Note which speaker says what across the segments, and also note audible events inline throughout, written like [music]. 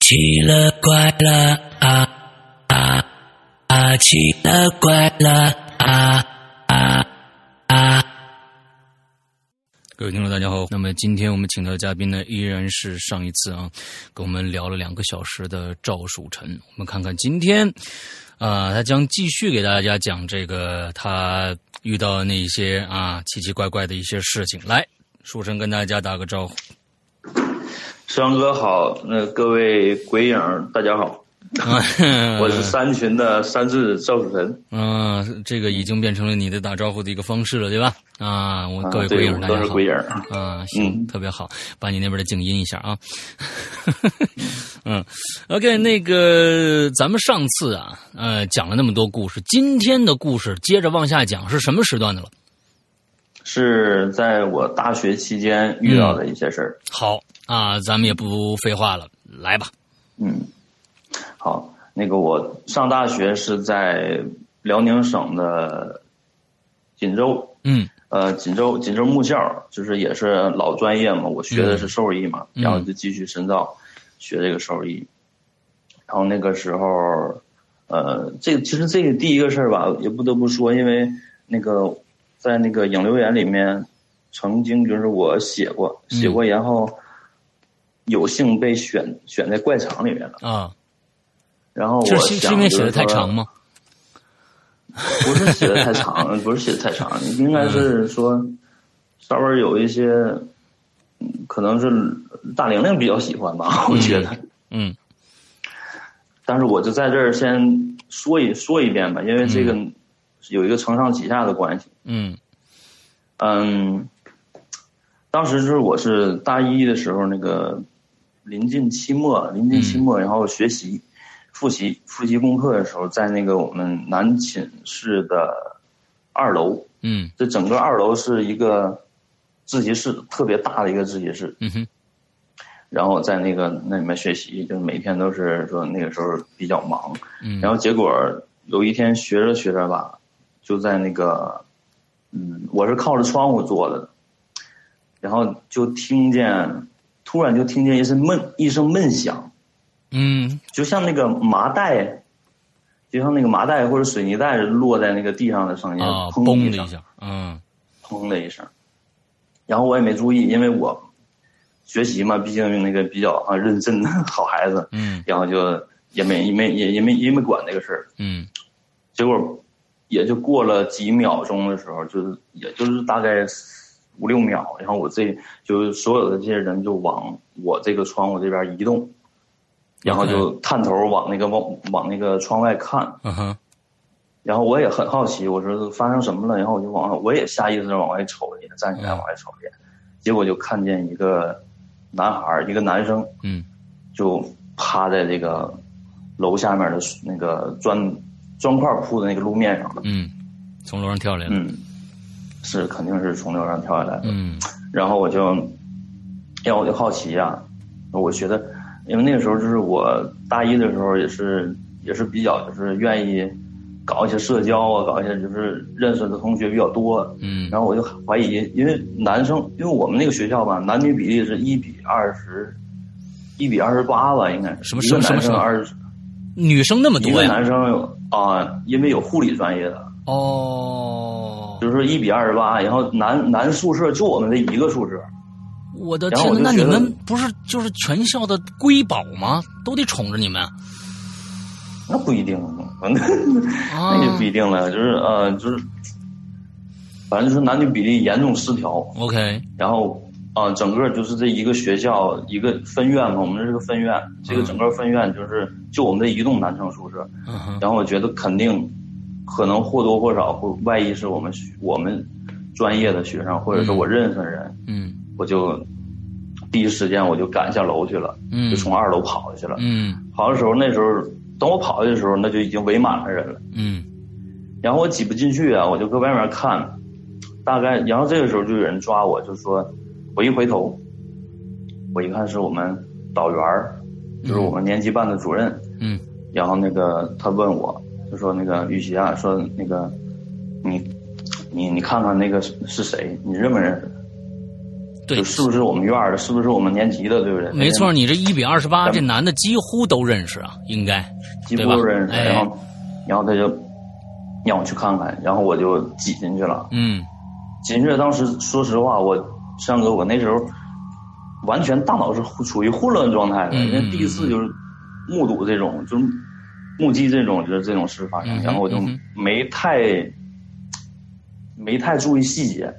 Speaker 1: 奇了怪了啊啊啊！奇了怪了啊啊啊！
Speaker 2: 各位听众，大家好。那么今天我们请到的嘉宾呢，依然是上一次啊，跟我们聊了两个小时的赵曙晨。我们看看今天，啊、他将继续给大家讲这个他遇到的那一些啊奇奇怪怪的一些事情。来，曙晨跟大家打个招呼。
Speaker 3: 双哥好，那各位鬼影儿大家好，
Speaker 2: 呃
Speaker 3: 我是三群的三世赵主神，
Speaker 2: 嗯、这个已经变成了你的打招呼的一个方式了，对吧？啊，我各位
Speaker 3: 啊对
Speaker 2: 鬼友
Speaker 3: 我
Speaker 2: 大
Speaker 3: 都
Speaker 2: 家
Speaker 3: 是
Speaker 2: 好
Speaker 3: 鬼。影儿。
Speaker 2: 啊，行，
Speaker 3: 嗯
Speaker 2: 特别好，把你那边的静音一下啊。 [laughs] 嗯，OK，那个咱们上次啊，呃，讲了那么多故事，今天的故事接着往下讲是什么时段的了？
Speaker 3: 是在我大学期间遇到的一些事儿。
Speaker 2: 好啊，咱们也不废话了，来吧。
Speaker 3: 嗯，好，那个我上大学是在辽宁省的锦州，
Speaker 2: 嗯
Speaker 3: 呃，锦州锦州木校就是也是老专业嘛，我学的是兽医嘛，
Speaker 2: 嗯
Speaker 3: 然后就继续深造学这个兽医。然后那个时候，呃，这个其实这个第一个事儿吧，也不得不说，因为那个在那个影留言里面，曾经就是我写过
Speaker 2: 嗯
Speaker 3: 写过，然后有幸被选选在怪场里面了。
Speaker 2: 啊，
Speaker 3: 然后我
Speaker 2: 是
Speaker 3: 想
Speaker 2: 是是因为
Speaker 3: 就
Speaker 2: 写的太
Speaker 3: 说
Speaker 2: 长吗？
Speaker 3: 不是写的太长，不是写的太长，应该是说稍微有一些，嗯可能是大玲玲比较喜欢吧，我觉得。
Speaker 2: 嗯
Speaker 3: 但是我就在这儿先说一说一遍吧，因为这个有一个承上启下的关系。
Speaker 2: 嗯
Speaker 3: 嗯，当时就是我是大一的时候，那个临近期末，临近期末，然后学习、复习、复习功课的时候，在那个我们南寝室的二楼。
Speaker 2: 嗯
Speaker 3: 这整个二楼是一个自习室，特别大的一个自习室。
Speaker 2: 嗯哼
Speaker 3: 然后在那个那里面学习，就是每天都是说那个时候比较忙。
Speaker 2: 嗯，
Speaker 3: 然后结果有一天学着学着吧，就在那个，嗯，我是靠着窗户坐的，然后就听见，突然就听见一声闷一声闷响，
Speaker 2: 嗯
Speaker 3: 就像那个麻袋，就像那个麻袋或者水泥袋落在那个地上的声音，
Speaker 2: 啊，
Speaker 3: 砰
Speaker 2: 嘣
Speaker 3: 哎一
Speaker 2: 的
Speaker 3: 声
Speaker 2: 一。下，嗯
Speaker 3: 砰的一声，然后我也没注意，因为我学习嘛，毕竟那个比较啊认真的好孩子，
Speaker 2: 嗯
Speaker 3: 然后就也没也没也也没也没管这个事儿。
Speaker 2: 嗯
Speaker 3: 结果也就过了几秒钟的时候，就是也就是大概五六秒，然后我这就是所有的这些人就往我这个窗户这边移动，然后就探头往那个往往那个窗外看，
Speaker 2: 嗯哼
Speaker 3: 然后我也很好奇，我说发生什么了？然后我就往上，我也下意识的往外瞅了一眼，站起来
Speaker 2: 嗯
Speaker 3: 往外瞅了一眼，结果就看见一个男孩儿，一个男生
Speaker 2: 嗯
Speaker 3: 就趴在这个楼下面的那个砖砖块铺的那个路面上了。
Speaker 2: 嗯，从楼上跳下来了，
Speaker 3: 嗯，是肯定是从楼上跳下来的。
Speaker 2: 嗯
Speaker 3: 然后我就，哎，我就好奇呀、我觉得，因为那个时候就是我大一的时候也是也是比较就是愿意搞一些社交啊，搞一些就是认识的同学比较多，
Speaker 2: 嗯
Speaker 3: 然后我就怀疑，因为男生，因为我们那个学校吧，男女比例是一比二十，一比二十八吧，应该是
Speaker 2: 什么
Speaker 3: 一个
Speaker 2: 什么
Speaker 3: 男
Speaker 2: 什么
Speaker 3: 生二十，
Speaker 2: 女生那么
Speaker 3: 一
Speaker 2: 多
Speaker 3: 个
Speaker 2: 呀？
Speaker 3: 男生有啊，因为有护理专业的，
Speaker 2: 哦，
Speaker 3: 就是说一比二十八，然后男男宿舍就我们这一个宿舍，
Speaker 2: 我的
Speaker 3: 然后
Speaker 2: 天呐，那
Speaker 3: 我就
Speaker 2: 你
Speaker 3: 觉得
Speaker 2: 们不是就是全校的瑰宝吗？都得宠着你们
Speaker 3: 那不一定，
Speaker 2: 啊
Speaker 3: 那就不一定了，就是呃，就是，反正就是男女比例严重失调，
Speaker 2: ！OK，
Speaker 3: 然后啊、呃整个就是这一个学校一个分院嘛，我们这是个分院，这个整个分院就是就我们这一栋男生宿舍，
Speaker 2: 嗯哼，
Speaker 3: 然后我觉得肯定可能或多或少会万一是我们学我们专业的学生，或者是我认识的人，
Speaker 2: 嗯
Speaker 3: 我就第一时间我就赶下楼去了，
Speaker 2: 嗯
Speaker 3: 就从二楼跑下去了。
Speaker 2: 嗯
Speaker 3: 跑的时候，那时候等我跑下去的时候，那就已经围满了人了。
Speaker 2: 嗯
Speaker 3: 然后我挤不进去啊，我就搁外面看，大概，然后这个时候就有人抓我，就说，我一回头，我一看是我们导员儿，就是我们年级办的主任，
Speaker 2: 嗯
Speaker 3: 然后那个他问我，就说那个雨琦啊，说那个你你你看看那个是是谁，你认不认识？
Speaker 2: 对
Speaker 3: 就，是不是我们院儿的，是不是我们年级的，对不对？
Speaker 2: 没错，
Speaker 3: 人
Speaker 2: 你这一比二十八，
Speaker 3: 咱
Speaker 2: 这男的几乎都认识啊，应该
Speaker 3: 家几
Speaker 2: 对
Speaker 3: 乎
Speaker 2: 吧
Speaker 3: 都认识。
Speaker 2: 哎
Speaker 3: 然后，然后他就让我去看看，然后我就挤进去了。
Speaker 2: 嗯
Speaker 3: 挤进去当时说实话，我上哥，我那时候完全大脑是处于混乱状态的，
Speaker 2: 嗯
Speaker 3: 因为第一次就是目睹这种，就是目击这种就是这种事发生，
Speaker 2: 嗯哼
Speaker 3: 然后我就
Speaker 2: 嗯哼
Speaker 3: 没太没太注意细节，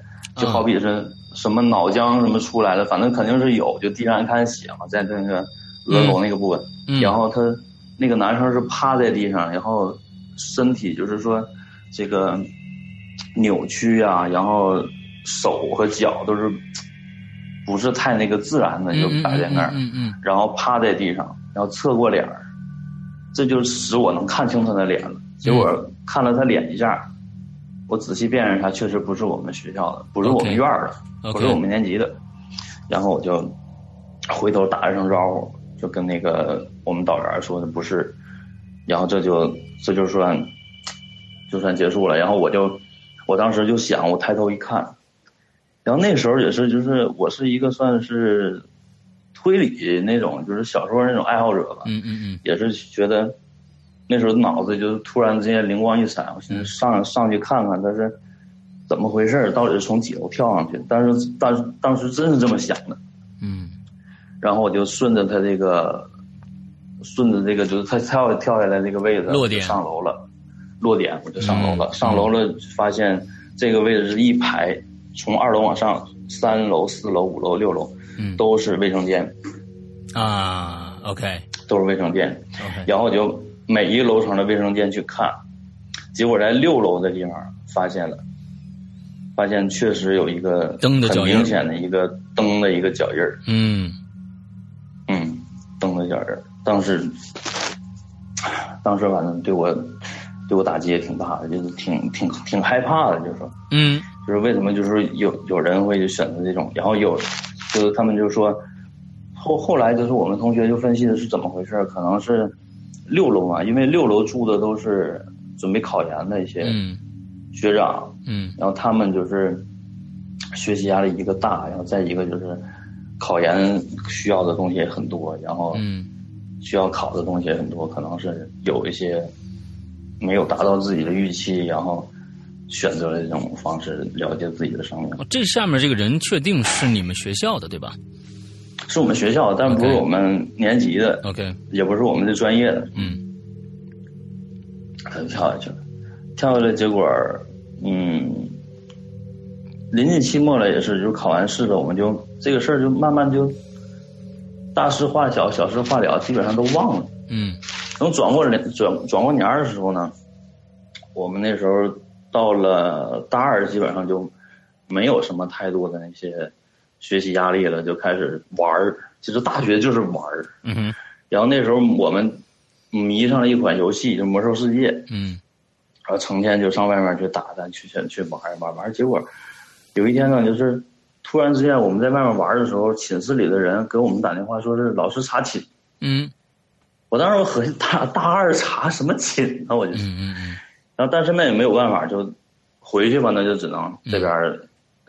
Speaker 2: 嗯
Speaker 3: 就好比是什么脑浆什么出来的，反正肯定是有，就地上看血嘛，在那个额头那个部分，
Speaker 2: 嗯，
Speaker 3: 然后他那个男生是趴在地上，然后身体就是说这个扭曲啊，然后手和脚都是不是太那个自然的
Speaker 2: 嗯
Speaker 3: 就摆在那儿，
Speaker 2: 嗯嗯嗯
Speaker 3: 然后趴在地上，然后侧过脸儿，这就使我能看清他的脸了。结
Speaker 2: 嗯
Speaker 3: 果看了他脸一下，我仔细辨认他确实不是我们学校的，不是我
Speaker 2: OK
Speaker 3: 们院儿的。
Speaker 2: 嗯
Speaker 3: 不是我
Speaker 2: ，OK，
Speaker 3: 们年级的。然后我就回头打了声招呼，就跟那个我们导员说的不是，然后这就这就算就算结束了。然后我就我当时就想，我抬头一看，然后那时候也是就是我是一个算是推理那种就是小说那种爱好者吧，
Speaker 2: 嗯嗯
Speaker 3: 也是觉得那时候脑子就突然之间灵光一闪，我寻
Speaker 2: 嗯
Speaker 3: 思上上去看看他是怎么回事儿，到底是从几楼跳上去？但是当当时真是这么想的，
Speaker 2: 嗯嗯
Speaker 3: 然后我就顺着他这个，顺着这个就是他跳跳下来那个位置
Speaker 2: 落点
Speaker 3: 我就上楼了，落点我就上楼了，
Speaker 2: 嗯
Speaker 3: 上楼了发现这个位置是一排，从二楼往上，三楼、四楼、五楼、六楼
Speaker 2: 嗯
Speaker 3: 都是卫生间，
Speaker 2: 啊，OK 嗯
Speaker 3: 都是卫生间。
Speaker 2: OK，
Speaker 3: 然后我就每一楼层的卫生间去看，结果在六楼的地方发现了，发现确实有一个
Speaker 2: 灯的脚
Speaker 3: 很
Speaker 2: 印儿
Speaker 3: 明显的一个灯的一个脚印儿，
Speaker 2: 嗯
Speaker 3: 嗯，灯的脚印儿。当时，当时反正对我对我打击也挺大的，就是挺挺挺害怕的，就是说，
Speaker 2: 嗯
Speaker 3: 就是为什么就是有有人会选择这种，然后有就是他们就说后后来就是我们同学就分析的是怎么回事儿，可能是六楼嘛，因为六楼住的都是准备考研的一些
Speaker 2: 嗯
Speaker 3: 学长，
Speaker 2: 嗯
Speaker 3: 然后他们就是学习压力一个大，然后再一个就是考研需要的东西也很多，然后
Speaker 2: 嗯
Speaker 3: 需要考的东西也很多，可能是有一些没有达到自己的预期，然后选择了这种方式了结自己的生命。
Speaker 2: 哦，这下面这个人确定是你们学校的对吧
Speaker 3: 是我们学校，但不是
Speaker 2: OK
Speaker 3: 我们年级的
Speaker 2: ？OK，
Speaker 3: 也不是我们的专业的，
Speaker 2: 嗯
Speaker 3: 他就跳下去了。跳下来，结果，嗯，临近期末了，也是，就是考完试了，我们就这个事儿就慢慢就大事化小，小事化了，基本上都忘了。
Speaker 2: 嗯
Speaker 3: 等转过年转转过年儿的时候呢，我们那时候到了大二，基本上就没有什么太多的那些学习压力了，就开始玩儿。其实大学就是玩儿，
Speaker 2: 嗯哼
Speaker 3: 然后那时候我们迷上了一款游戏，就《魔兽世界》，然
Speaker 2: 嗯
Speaker 3: 后成天就上外面去打单，去去去玩玩玩。结果有一天呢，就是突然之间我们在外面玩的时候，寝室里的人给我们打电话，说是老师查寝。
Speaker 2: 嗯
Speaker 3: 我当时我合计大大二查什么寝呢？我就，
Speaker 2: 嗯嗯嗯
Speaker 3: 然后但是那也没有办法，就回去吧，那就只能这边儿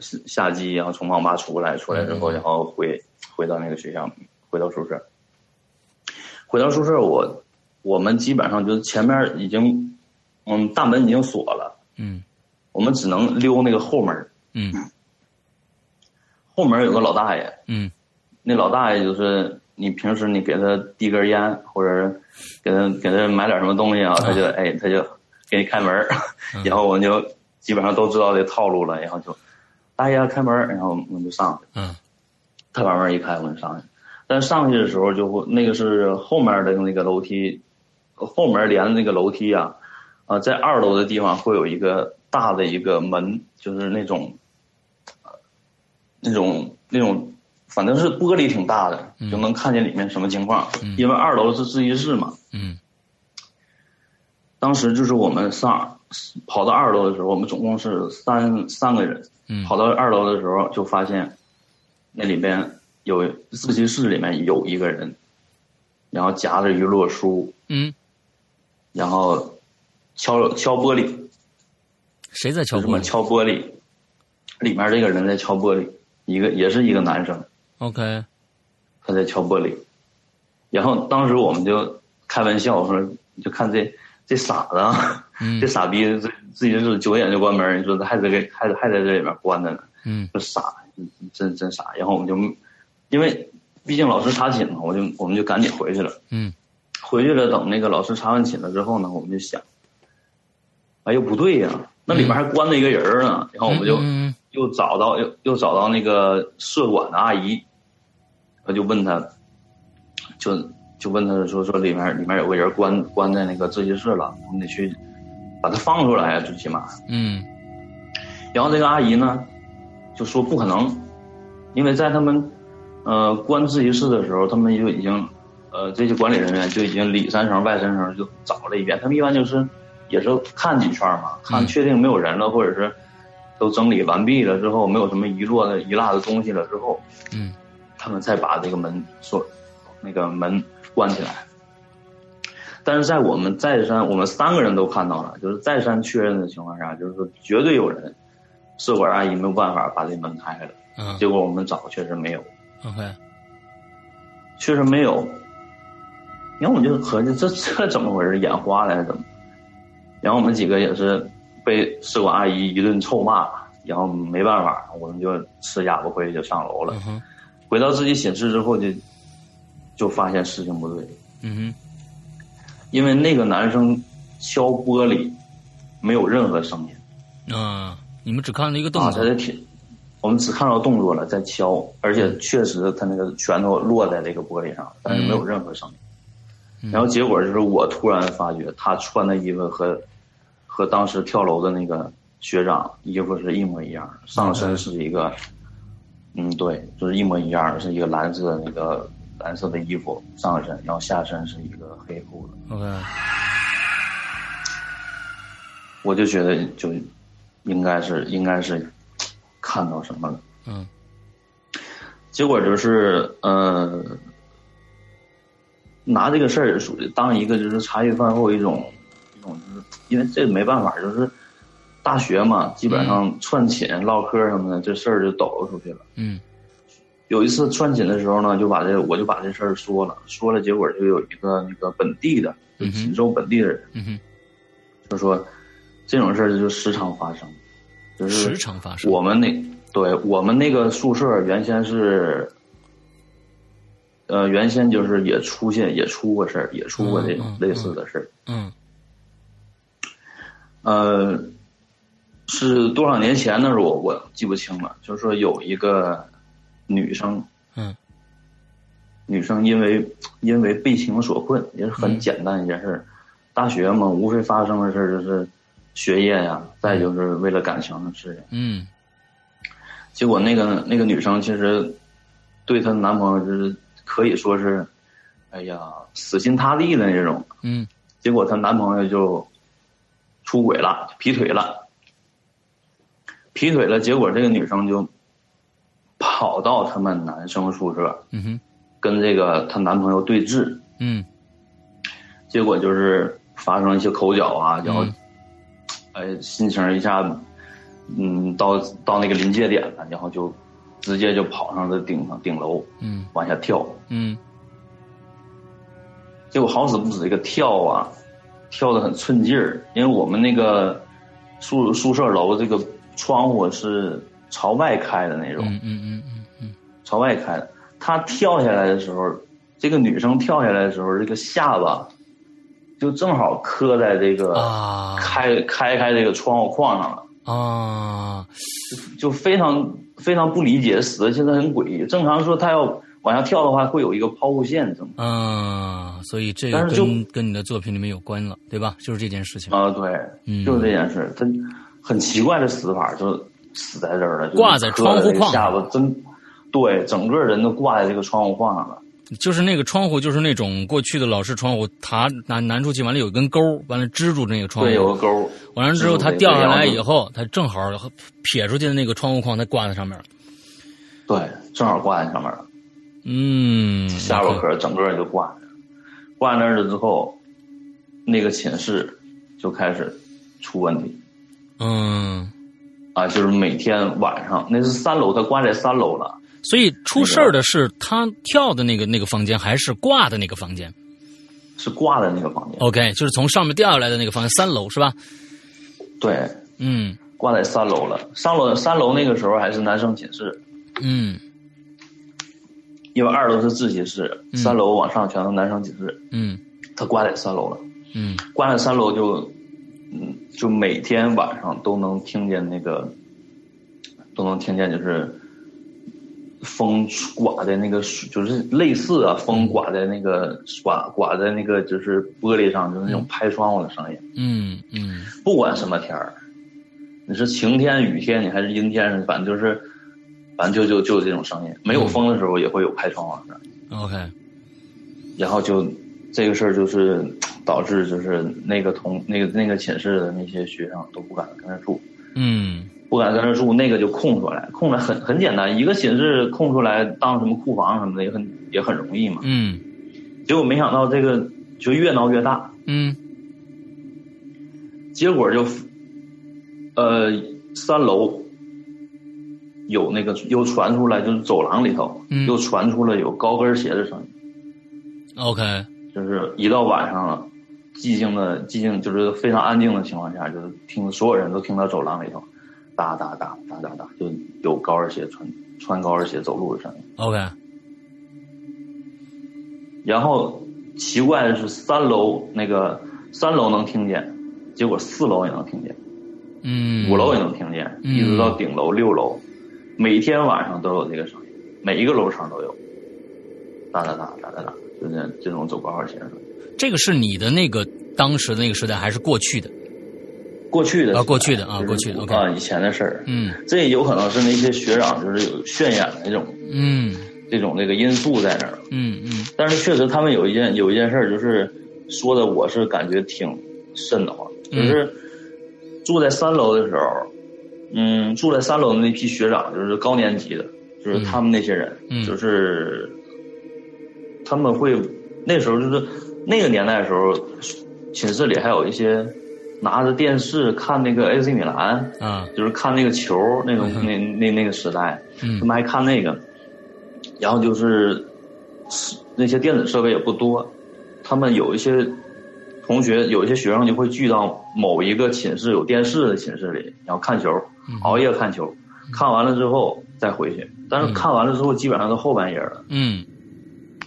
Speaker 3: 下下机，然后从网吧出来，出来之
Speaker 2: 嗯
Speaker 3: 后，
Speaker 2: 嗯
Speaker 3: 然后回回到那个学校，回到宿舍。回到宿舍，我我们基本上就是前面已经，嗯，大门已经锁了，
Speaker 2: 嗯
Speaker 3: 我们只能溜那个后门儿。
Speaker 2: 嗯
Speaker 3: 后门儿有个老大爷，
Speaker 2: 嗯
Speaker 3: 那老大爷就是你平时你给他递根烟，或者给他给他买点什么东西啊，他就哎他就给你开门儿，
Speaker 2: 嗯
Speaker 3: [laughs] 然后我们就基本上都知道这套路了，然后就大爷开门儿，然后我们就上去，
Speaker 2: 嗯
Speaker 3: 他把门一开，我们上去。但上去的时候就会那个是后面的那个楼梯，后门连的那个楼梯啊，啊、在二楼的地方会有一个大的一个门，就是那种，呃那种那种，反正是玻璃挺大的，就能看见里面什么情况。
Speaker 2: 嗯
Speaker 3: 因为二楼是自习室嘛，
Speaker 2: 嗯
Speaker 3: 当时就是我们上跑到二楼的时候，我们总共是三三个人，
Speaker 2: 嗯，
Speaker 3: 跑到二楼的时候就发现那里边有自习室里面有一个人，然后夹着一摞书，
Speaker 2: 嗯，
Speaker 3: 然后敲敲玻璃，
Speaker 2: 谁在敲
Speaker 3: 就这
Speaker 2: 玻
Speaker 3: 么
Speaker 2: 璃？
Speaker 3: 敲玻璃，里面这个人在敲玻璃，一个也是一个男生，
Speaker 2: ，OK，
Speaker 3: 他在敲玻璃，然后当时我们就开玩笑说，就看这这傻子啊，
Speaker 2: 嗯
Speaker 3: 这傻逼自自己是九点就关门，你说他还在这还还在这里面关着呢，
Speaker 2: 嗯
Speaker 3: 就傻，真真傻。然后我们就因为毕竟老师查寝嘛，我就我们就赶紧回去了。
Speaker 2: 嗯
Speaker 3: 回去了，等那个老师查完寝了之后呢，我们就想，哎呦不对呀、那里面还关着一个人儿呢。然后我们就
Speaker 2: 嗯嗯
Speaker 3: 又找到又又找到那个社管的阿姨，我就问她，就就问她说说里面里面有个人关关在那个自习室了，我们得去把他放出来啊，最起码。
Speaker 2: 嗯
Speaker 3: 然后这个阿姨呢，就说不可能，因为在他们呃关自习室的时候，他们就已经呃这些管理人员就已经里三层外三层就找了一遍，他们一般就是也是看几圈嘛，看确定没有人了，或者是都整理完毕了之后，没有什么遗落的遗落的东西了之后，
Speaker 2: 嗯
Speaker 3: 他们再把这个门锁，那个门关起来。但是在我们再三，我们三个人都看到了，就是再三确认的情况下，就是说绝对有人，社管阿姨没有办法把这门开开了。
Speaker 2: 嗯
Speaker 3: 结果我们找确实没有，
Speaker 2: ，OK，
Speaker 3: 确实没有。然后我们就合计这这怎么回事，眼花了还是怎么？然后我们几个也是被社管阿姨一顿臭骂，然后没办法，我们就吃哑巴亏就上楼了
Speaker 2: 嗯。哼，
Speaker 3: 回到自己寝室之后就，就发现事情不对，
Speaker 2: 嗯
Speaker 3: 因为那个男生敲玻璃没有任何声音
Speaker 2: 哼，啊，你们只看了一个动
Speaker 3: 啊，他
Speaker 2: 作
Speaker 3: 在铁，我们只看到动作了，在敲，而且确实他那个拳头落在这个玻璃上，但是没有任何声音。
Speaker 2: 嗯
Speaker 3: 然后结果就是我突然发觉他穿的衣服和和当时跳楼的那个学长衣服是一模一样的，上身是一个，嗯，对，就是一模一样的，是一个蓝色的那个蓝色的衣服上身，然后下身是一个黑裤子。
Speaker 2: ，OK，
Speaker 3: 我就觉得就应该是应该是看到什么了。
Speaker 2: 嗯
Speaker 3: 结果就是，呃，拿这个事儿属于当一个就是茶余饭后一种一种，就是因为这没办法，就是大学嘛，基本上串寝、唠嗑什么的，这事儿就抖了出去了。
Speaker 2: 嗯
Speaker 3: 有一次串寝的时候呢，就把这我就把这事儿说了，说了，结果就有一个那个本地的，就
Speaker 2: 嗯哼
Speaker 3: 锦州本地的人，
Speaker 2: 嗯哼，
Speaker 3: 就说这种事儿就时常发生，就是
Speaker 2: 时常发生，
Speaker 3: 我们那对我们那个宿舍原先是，呃，原先就是也出现也出过事儿，也出过这种
Speaker 2: 嗯嗯
Speaker 3: 类似的事儿。
Speaker 2: 嗯
Speaker 3: 呃，是多少年前的时候，我我记不清了。就是说有一个女生，
Speaker 2: 嗯
Speaker 3: 女生因为因为被情所困，也是很
Speaker 2: 嗯
Speaker 3: 简单一件事儿。大学嘛，无非发生的事儿就是学业呀、再就是为了感情的事情。
Speaker 2: 嗯
Speaker 3: 结果那个那个女生其实对她男朋友就是可以说是，哎呀，死心塌地的那种。
Speaker 2: 嗯
Speaker 3: 结果她男朋友就出轨了，劈腿了，劈腿了。结果这个女生就跑到他们男生宿舍，
Speaker 2: 嗯哼，
Speaker 3: 跟这个她男朋友对峙。
Speaker 2: 嗯
Speaker 3: 结果就是发生了一些口角啊，然后
Speaker 2: 嗯，
Speaker 3: 哎，心情一下，嗯，到到那个临界点了，然后就直接就跑上了顶上顶楼
Speaker 2: 嗯
Speaker 3: 往下跳，
Speaker 2: 嗯
Speaker 3: 结果好死不死这个跳啊，跳的很寸劲儿，因为我们那个宿宿舍楼这个窗户是朝外开的那种，
Speaker 2: 嗯嗯嗯嗯
Speaker 3: 朝外开的。他跳下来的时候，这个女生跳下来的时候，这个下巴就正好磕在这个
Speaker 2: 嗯啊
Speaker 3: 开开开这个窗户框上了，
Speaker 2: 啊，
Speaker 3: 就非常非常不理解，死的现在很诡异。正常说他要往下跳的话，会有一个抛物线，怎么？
Speaker 2: 啊，所以这个
Speaker 3: 但是就
Speaker 2: 跟跟你的作品里面有关了，对吧？就是这件事情，
Speaker 3: 啊、对，
Speaker 2: 嗯，
Speaker 3: 就是这件事，他很奇怪的死法，就死在这儿了，
Speaker 2: 挂在窗户框上
Speaker 3: 下巴真，对，整个人都挂在这个窗户框上了。
Speaker 2: 就是那个窗户，就是那种过去的老式窗户，它拿拿出去，完了有一根钩，完了支住那个窗
Speaker 3: 对，有
Speaker 2: 户，
Speaker 3: 个钩儿，
Speaker 2: 完了之后它
Speaker 3: 支住那
Speaker 2: 掉
Speaker 3: 个
Speaker 2: 下来
Speaker 3: 然后
Speaker 2: 以后，它正好撇出去的那个窗户框，它挂在上面了。
Speaker 3: 对，正好挂在上面了，
Speaker 2: 嗯，
Speaker 3: 下巴壳整个人就挂着，挂那儿了之后，那个寝室就开始出问题。
Speaker 2: 嗯
Speaker 3: 啊，就是每天晚上，那是三楼，他挂在三楼了。
Speaker 2: 所以出事儿的是他跳的那个那个房间，还是挂的那个房间
Speaker 3: 是挂在那个房间。
Speaker 2: ？OK，就是从上面掉下来的那个房间，三楼是吧？
Speaker 3: 对，
Speaker 2: 嗯
Speaker 3: 挂在三楼了。上楼三楼那个时候还是男生寝室，
Speaker 2: 嗯
Speaker 3: 因为二楼是自习室，
Speaker 2: 嗯
Speaker 3: 三楼往上全是男生寝室。
Speaker 2: 嗯
Speaker 3: 他挂在三楼了，
Speaker 2: 嗯
Speaker 3: 挂在三楼就，嗯，就每天晚上都能听见那个，都能听见就是风刮在那个水，就是类似啊，风刮在那个刮刮在那个就是玻璃上，就是那种拍窗户的声音。
Speaker 2: 嗯嗯
Speaker 3: 不管什么天儿，你是晴天、雨天，你还是阴天，反正就是，反正就就就这种声音。没有风的时候也会有拍窗户的声音，
Speaker 2: 嗯，OK，
Speaker 3: 然后就这个事儿就是导致就是那个同那个那个寝室的那些学生都不敢跟那住，
Speaker 2: 嗯
Speaker 3: 不敢跟那住，那个就空出来，空出来很很简单，一个寝室空出来当什么库房什么的也很也很容易嘛。
Speaker 2: 嗯
Speaker 3: 结果没想到这个就越闹越大，
Speaker 2: 嗯
Speaker 3: 结果就，呃，三楼有那个又传出来，就是走廊里头、
Speaker 2: 嗯
Speaker 3: 又传出了有高跟鞋的声音，
Speaker 2: ，OK，
Speaker 3: 就是一到晚上了，寂静的寂静就是非常安静的情况下，就是听所有人都听到走廊里头哒哒哒哒哒哒，就有高跟鞋穿穿高跟鞋走路的声音。
Speaker 2: OK，
Speaker 3: 然后奇怪的是，三楼那个三楼能听见，结果四楼也能听见。
Speaker 2: 嗯，
Speaker 3: 五楼也能听见，
Speaker 2: 嗯
Speaker 3: 一直到顶楼六楼，每天晚上都有这个声音，每一个楼层都有，哒哒哒哒哒哒，就这这种走高跟鞋的声音。
Speaker 2: 这个是你的那个当时的那个时代，还是过去的？
Speaker 3: 过去的
Speaker 2: 啊过去的啊
Speaker 3: 就是
Speaker 2: 过去的
Speaker 3: 啊，
Speaker 2: OK
Speaker 3: 以前的事儿，
Speaker 2: 嗯
Speaker 3: 这有可能是那些学长就是有渲染的那种
Speaker 2: 嗯
Speaker 3: 这种这个因素在那儿，
Speaker 2: 嗯嗯
Speaker 3: 但是确实他们有一件有一件事儿就是说的，我是感觉挺瘆得慌，
Speaker 2: 嗯
Speaker 3: 就是住在三楼的时候，嗯，住在三楼的那批学长就是高年级的，就是他们那些人，
Speaker 2: 嗯
Speaker 3: 就是他们会那时候就是那个年代的时候，寝室里还有一些拿着电视看那个 AC 米兰，
Speaker 2: 啊
Speaker 3: 就是看那个球那种、那那那个时代，他
Speaker 2: 嗯
Speaker 3: 们还看那个，然后就是是那些电子设备也不多，他们有一些同学，有一些学生就会聚到某一个寝室有电视的寝室里，然后看球，
Speaker 2: 嗯
Speaker 3: 熬夜看球，看完了之后再回去，但是
Speaker 2: 嗯
Speaker 3: 看完了之后基本上都后半夜了，
Speaker 2: 嗯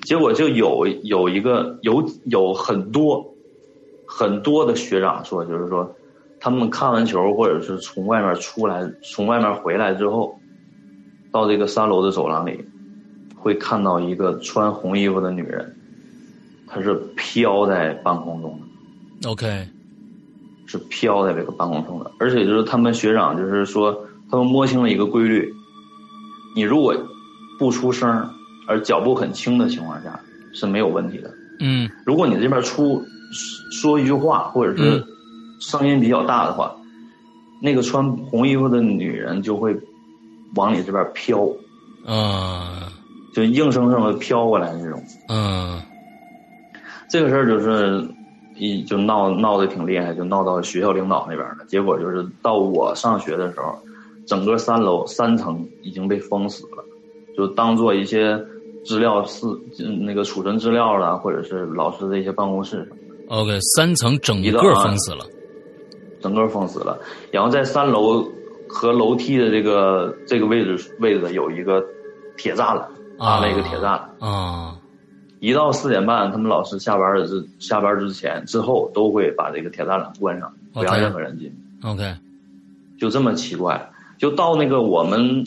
Speaker 3: 结果就有有一个有有很多很多的学长说，就是说他们看完球或者是从外面出来，从外面回来之后，到这个三楼的走廊里，会看到一个穿红衣服的女人，她是飘在半空中的，
Speaker 2: ，OK，
Speaker 3: 是飘在这个半空中的，而且就是他们学长就是说，他们摸清了一个规律，你如果不出声儿而脚步很轻的情况下是没有问题的。
Speaker 2: 嗯
Speaker 3: 如果你这边出说一句话，或者是
Speaker 2: 嗯
Speaker 3: 声音比较大的话，那个穿红衣服的女人就会往你这边飘，
Speaker 2: 啊
Speaker 3: 就硬生生的飘过来那种。
Speaker 2: 嗯
Speaker 3: 这个事儿就是一就闹闹得挺厉害，就闹到学校领导那边了。结果就是到我上学的时候，整个三楼三层已经被封死了，就当做一些资料室、嗯那个储存资料了，或者是老师的一些办公室什么的
Speaker 2: OK，三层整
Speaker 3: 一
Speaker 2: 个
Speaker 3: 道啊
Speaker 2: 封死了。
Speaker 3: 整个封死了。然后在三楼和楼梯的这个这个位置位置有一个铁栅栏，搭了一个铁栅栏。
Speaker 2: 啊，
Speaker 3: 一到四点半，他们老师下班了之下班之前之后都会把这个铁栅栏关上，不
Speaker 2: OK
Speaker 3: 让任何人进。
Speaker 2: OK，
Speaker 3: 就这么奇怪，就到那个我们。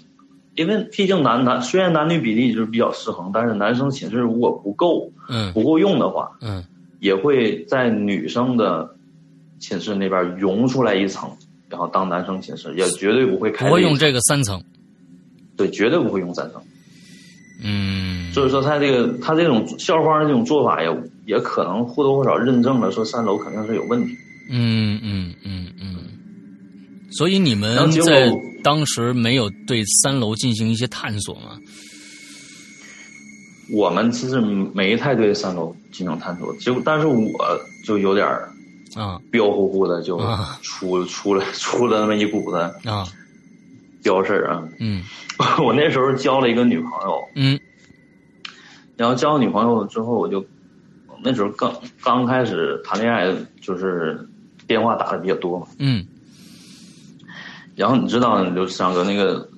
Speaker 3: 因为毕竟男男虽然男女比例就是比较失衡，但是男生寝室如果不够
Speaker 2: 嗯
Speaker 3: 不够用的话，
Speaker 2: 嗯
Speaker 3: 也会在女生的寝室那边涌出来一层，然后当男生寝室，也绝对不会开
Speaker 2: 不会
Speaker 3: 一
Speaker 2: 用
Speaker 3: 层
Speaker 2: 这个三层。
Speaker 3: 对，绝对不会用三层。
Speaker 2: 嗯，
Speaker 3: 所以说他这个他这种校方的这种做法也也可能或多或少认证了说三楼肯定是有问题。
Speaker 2: 嗯嗯嗯嗯。所以你
Speaker 3: 然
Speaker 2: 们
Speaker 3: 后结果
Speaker 2: 在当时没有对三楼进行一些探索吗？
Speaker 3: 我们其实没太对三楼进行探索，结果但是我就有点儿
Speaker 2: 啊
Speaker 3: 彪呼呼的就
Speaker 2: 啊
Speaker 3: 出、出了出了那么一股子
Speaker 2: 啊
Speaker 3: 交事儿啊。 [laughs]
Speaker 2: 嗯
Speaker 3: 我那时候交了一个女朋友，
Speaker 2: 嗯
Speaker 3: 然后交了女朋友之后，我就那时候刚刚开始谈恋爱，就是电话打的比较多嘛。
Speaker 2: 嗯
Speaker 3: 然后你知道，刘志刚哥那个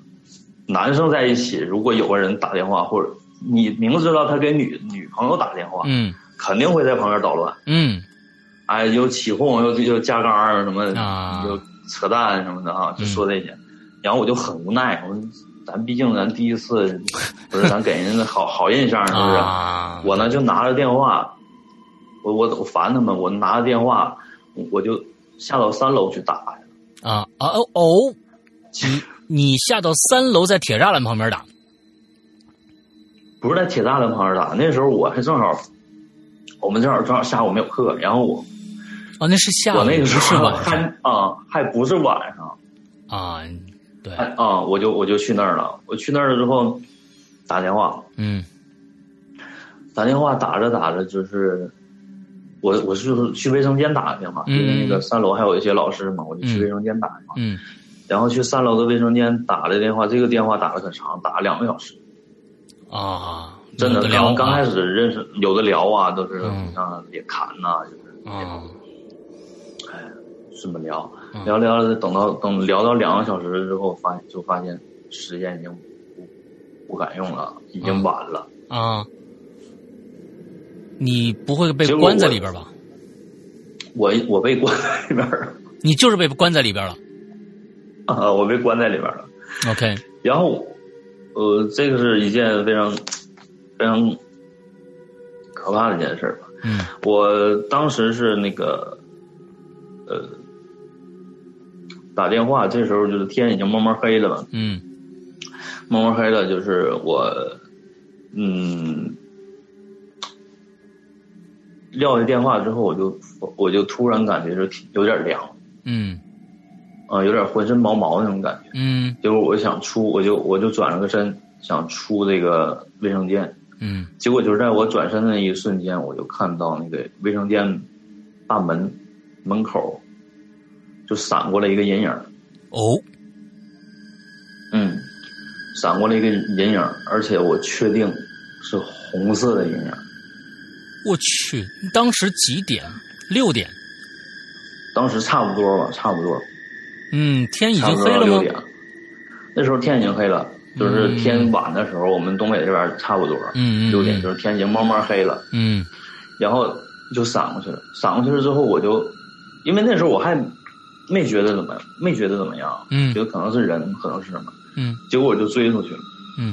Speaker 3: 男生在一起，如果有个人打电话，或者你明知道他给女女朋友打电话，
Speaker 2: 嗯
Speaker 3: 肯定会在旁边捣乱，
Speaker 2: 嗯
Speaker 3: 哎，又起哄，又又加杆儿什么，
Speaker 2: 啊嗯
Speaker 3: 又扯淡什么的啊哈，就说这些。然后我就很无奈，我说咱毕竟咱第一次，不是咱给人家好好印象，是不是？
Speaker 2: 啊，
Speaker 3: 我呢就拿着电话，我我我烦他们，我拿着电话，我我就下到三楼去打呀。
Speaker 2: 啊啊哦哦，你你下到三楼，在铁栅栏旁边打
Speaker 3: 不是在铁栅栏旁边打，那时候我还正好，我们正好正好下午没有课，然后我
Speaker 2: 啊，那是下午，
Speaker 3: 我那个时
Speaker 2: 是
Speaker 3: 候
Speaker 2: 晚
Speaker 3: 还
Speaker 2: 上
Speaker 3: 啊、还不是晚上，
Speaker 2: 啊，对，
Speaker 3: 还啊、我就我就去那儿了，我去那儿了之后打电话，
Speaker 2: 嗯
Speaker 3: 打电话打着打着就是。我我是去卫生间打的电话，因为那个三楼还有一些老师嘛，我就去
Speaker 2: 嗯
Speaker 3: 卫生间打电话。
Speaker 2: 嗯
Speaker 3: 然后去三楼的卫生间打了电话，这个电话打了很长，打了两个小时，
Speaker 2: 啊，
Speaker 3: 真的
Speaker 2: 嗯有得。聊
Speaker 3: 刚刚开
Speaker 2: 始
Speaker 3: 始认识有的聊啊，都是
Speaker 2: 嗯
Speaker 3: 互相也侃呐、就是
Speaker 2: 啊，
Speaker 3: 这么聊，
Speaker 2: 嗯
Speaker 3: 聊聊着等到等聊到两个小时之后，发现就发现时间已经不不敢用了，已经晚了。
Speaker 2: 啊，你不会被
Speaker 3: 结果
Speaker 2: 关在
Speaker 3: 我
Speaker 2: 里边吧？
Speaker 3: 我我被关在里边儿了， [laughs]
Speaker 2: 你就是被关在里边了。
Speaker 3: 啊，我被关在里边儿了。
Speaker 2: OK，
Speaker 3: 然后，呃，这个是一件非常非常可怕的一件事儿吧。
Speaker 2: 嗯
Speaker 3: 我当时是那个，呃，打电话，这时候就是天已经慢慢黑了嘛，
Speaker 2: 嗯
Speaker 3: 慢慢黑了，就是我，嗯，撂下电话之后，我就我就突然感觉就挺有点凉，
Speaker 2: 嗯
Speaker 3: 啊、有点浑身毛毛那种感觉。
Speaker 2: 嗯
Speaker 3: 结果我想出，我就我就转了个身，想出这个卫生间。
Speaker 2: 嗯
Speaker 3: 结果就是在我转身的那一瞬间，我就看到那个卫生间大门门口就闪过了一个人影儿，
Speaker 2: 哦
Speaker 3: 嗯，闪过了一个人影儿，而且我确定是红色的人影儿。
Speaker 2: 我去，当时几点？六点。
Speaker 3: 当时差不多吧，差不多，
Speaker 2: 嗯，天已
Speaker 3: 差
Speaker 2: 经
Speaker 3: 不
Speaker 2: 黑
Speaker 3: 多
Speaker 2: 了
Speaker 3: 六
Speaker 2: 吗？
Speaker 3: 点。那时候天已经黑了，就是
Speaker 2: 嗯
Speaker 3: 天晚的时候，我们东北这边儿差不多
Speaker 2: 嗯嗯
Speaker 3: 六点，
Speaker 2: 嗯
Speaker 3: 就是天已经慢慢黑了。
Speaker 2: 嗯
Speaker 3: 然后就闪过去了。闪过去了之后，我就因为那时候我还没觉得怎么，没觉得怎么样，
Speaker 2: 嗯
Speaker 3: 觉得可能是人，可能是什么。
Speaker 2: 嗯
Speaker 3: 结果我就追出去了。
Speaker 2: 嗯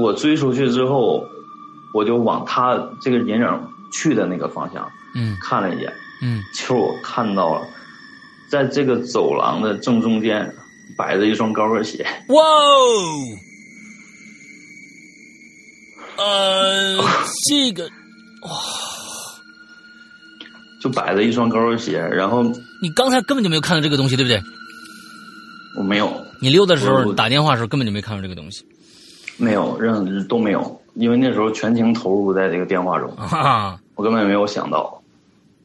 Speaker 3: 我追出去之后，我就往他这个人影去的那个方向
Speaker 2: 嗯
Speaker 3: 看了一眼，
Speaker 2: 嗯
Speaker 3: 其实我看到了，在这个走廊的正中间摆着一双高跟鞋。
Speaker 2: 哇哦！呃，
Speaker 3: [laughs]
Speaker 2: 这个
Speaker 3: 就摆着一双高跟鞋，然后
Speaker 2: 你刚才根本就没有看到这个东西，对不对？
Speaker 3: 我没有，
Speaker 2: 你溜达的时
Speaker 3: 我
Speaker 2: 候
Speaker 3: 我
Speaker 2: 打电话的时候根本就没看到这个东西
Speaker 3: 没有任都没有，因为那时候全情投入在这个电话中，
Speaker 2: 啊！
Speaker 3: 我根本没有想
Speaker 2: 哦
Speaker 3: 到。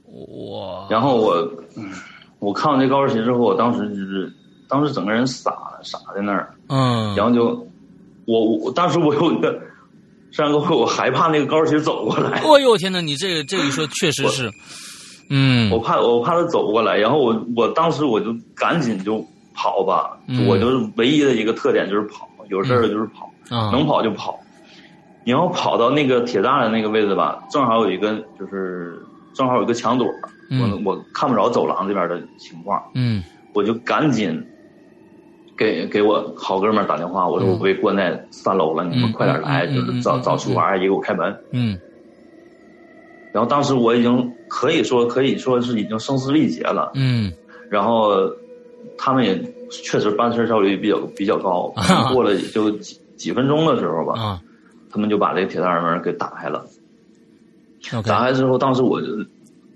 Speaker 2: 哇，
Speaker 3: 然后我，嗯我看完这高跟鞋之后，我当时就是，当时整个人傻了，傻在那儿，
Speaker 2: 嗯，
Speaker 3: 然后就，我我我当时我有一个，山哥，我害怕那个高跟鞋走过来，
Speaker 2: 哎呦天哪，你这个这个一说确实是，嗯
Speaker 3: [laughs] 我怕我怕他走过来，然后我我当时我就赶紧就跑吧，
Speaker 2: 嗯
Speaker 3: 我就是唯一的一个特点就是跑，有事儿了就是跑，
Speaker 2: 啊
Speaker 3: 能跑就跑，然后跑到那个铁栅栏那个位置吧，正好有一个就是正好有一个墙垛儿，
Speaker 2: 嗯
Speaker 3: 我我看不着走廊这边的情况。
Speaker 2: 嗯
Speaker 3: 我就赶紧给给我好哥们儿打电话，我说
Speaker 2: 嗯
Speaker 3: 我被关在三楼了，你们快点来，
Speaker 2: 嗯嗯嗯
Speaker 3: 就是找
Speaker 2: 嗯嗯
Speaker 3: 找厨娃也给我开门。
Speaker 2: 嗯
Speaker 3: 然后当时我已经可以说可以说是已经声嘶力竭了，
Speaker 2: 嗯
Speaker 3: 然后他们也确实办事效率比较比较高
Speaker 2: 啊，
Speaker 3: 过了也就几几分钟的时候吧，
Speaker 2: 啊
Speaker 3: 他们就把这个铁栅栏门给打开了。
Speaker 2: ，OK，
Speaker 3: 打开之后，当时我就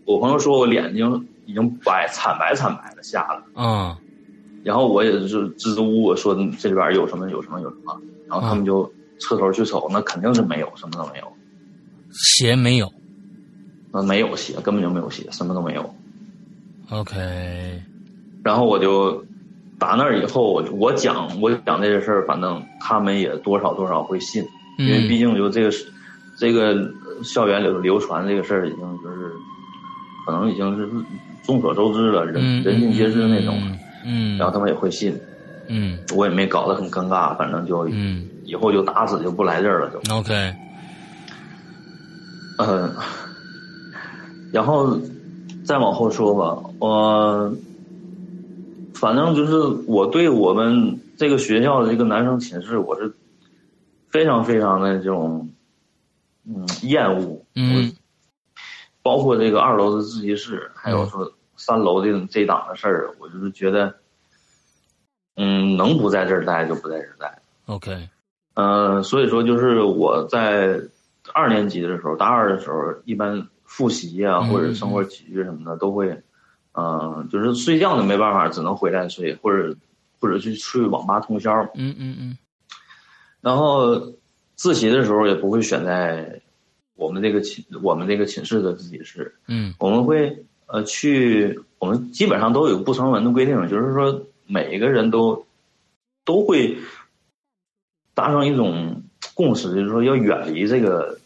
Speaker 3: 我朋友说我脸已经已经白惨白惨白了，吓了。
Speaker 2: 啊
Speaker 3: 然后我也是支支吾吾说这里边有什么有什么有什么，然后他们
Speaker 2: 啊
Speaker 3: 就侧头去瞅，那肯定是没有，什么都没有，
Speaker 2: 鞋没有
Speaker 3: 那没有鞋，根本就没有鞋，什么都没有。
Speaker 2: ，OK，
Speaker 3: 然后我就打那儿以后，我我讲我讲这些事儿，反正他们也多少多少会信，
Speaker 2: 嗯
Speaker 3: 因为毕竟就这个是这个校园里头流传这个事儿，已经就是可能已经是众所周知了，人
Speaker 2: 嗯
Speaker 3: 人尽皆知那种。
Speaker 2: 嗯，
Speaker 3: 然后他们也会信，
Speaker 2: 嗯
Speaker 3: 我也没搞得很尴尬，反正就
Speaker 2: 嗯
Speaker 3: 以后就打死就不来这儿了，就
Speaker 2: 嗯，OK，
Speaker 3: 嗯，然后再往后说吧，我反正就是我对我们这个学校的这个男生寝室，我是非常非常的这种嗯厌恶，
Speaker 2: 嗯
Speaker 3: 包括这个二楼的自习室，还有说三楼这这档的事儿，我就是觉得，嗯，能不在这儿待就不在这儿待。
Speaker 2: ，OK，
Speaker 3: 嗯，所以说就是我在二年级的时候，大二的时候，一般复习啊，
Speaker 2: 嗯
Speaker 3: 或者生活起居什么的都会，嗯、就是睡觉呢没办法，只能回来睡，或者或者去去网吧通宵。
Speaker 2: 嗯嗯嗯
Speaker 3: 然后自习的时候也不会选在我们这个寝我们这个寝室的自习室，
Speaker 2: 嗯
Speaker 3: 我们会呃去，我们基本上都有不成文的规定，就是说每一个人都都会达成一种共识，就是说要远离这个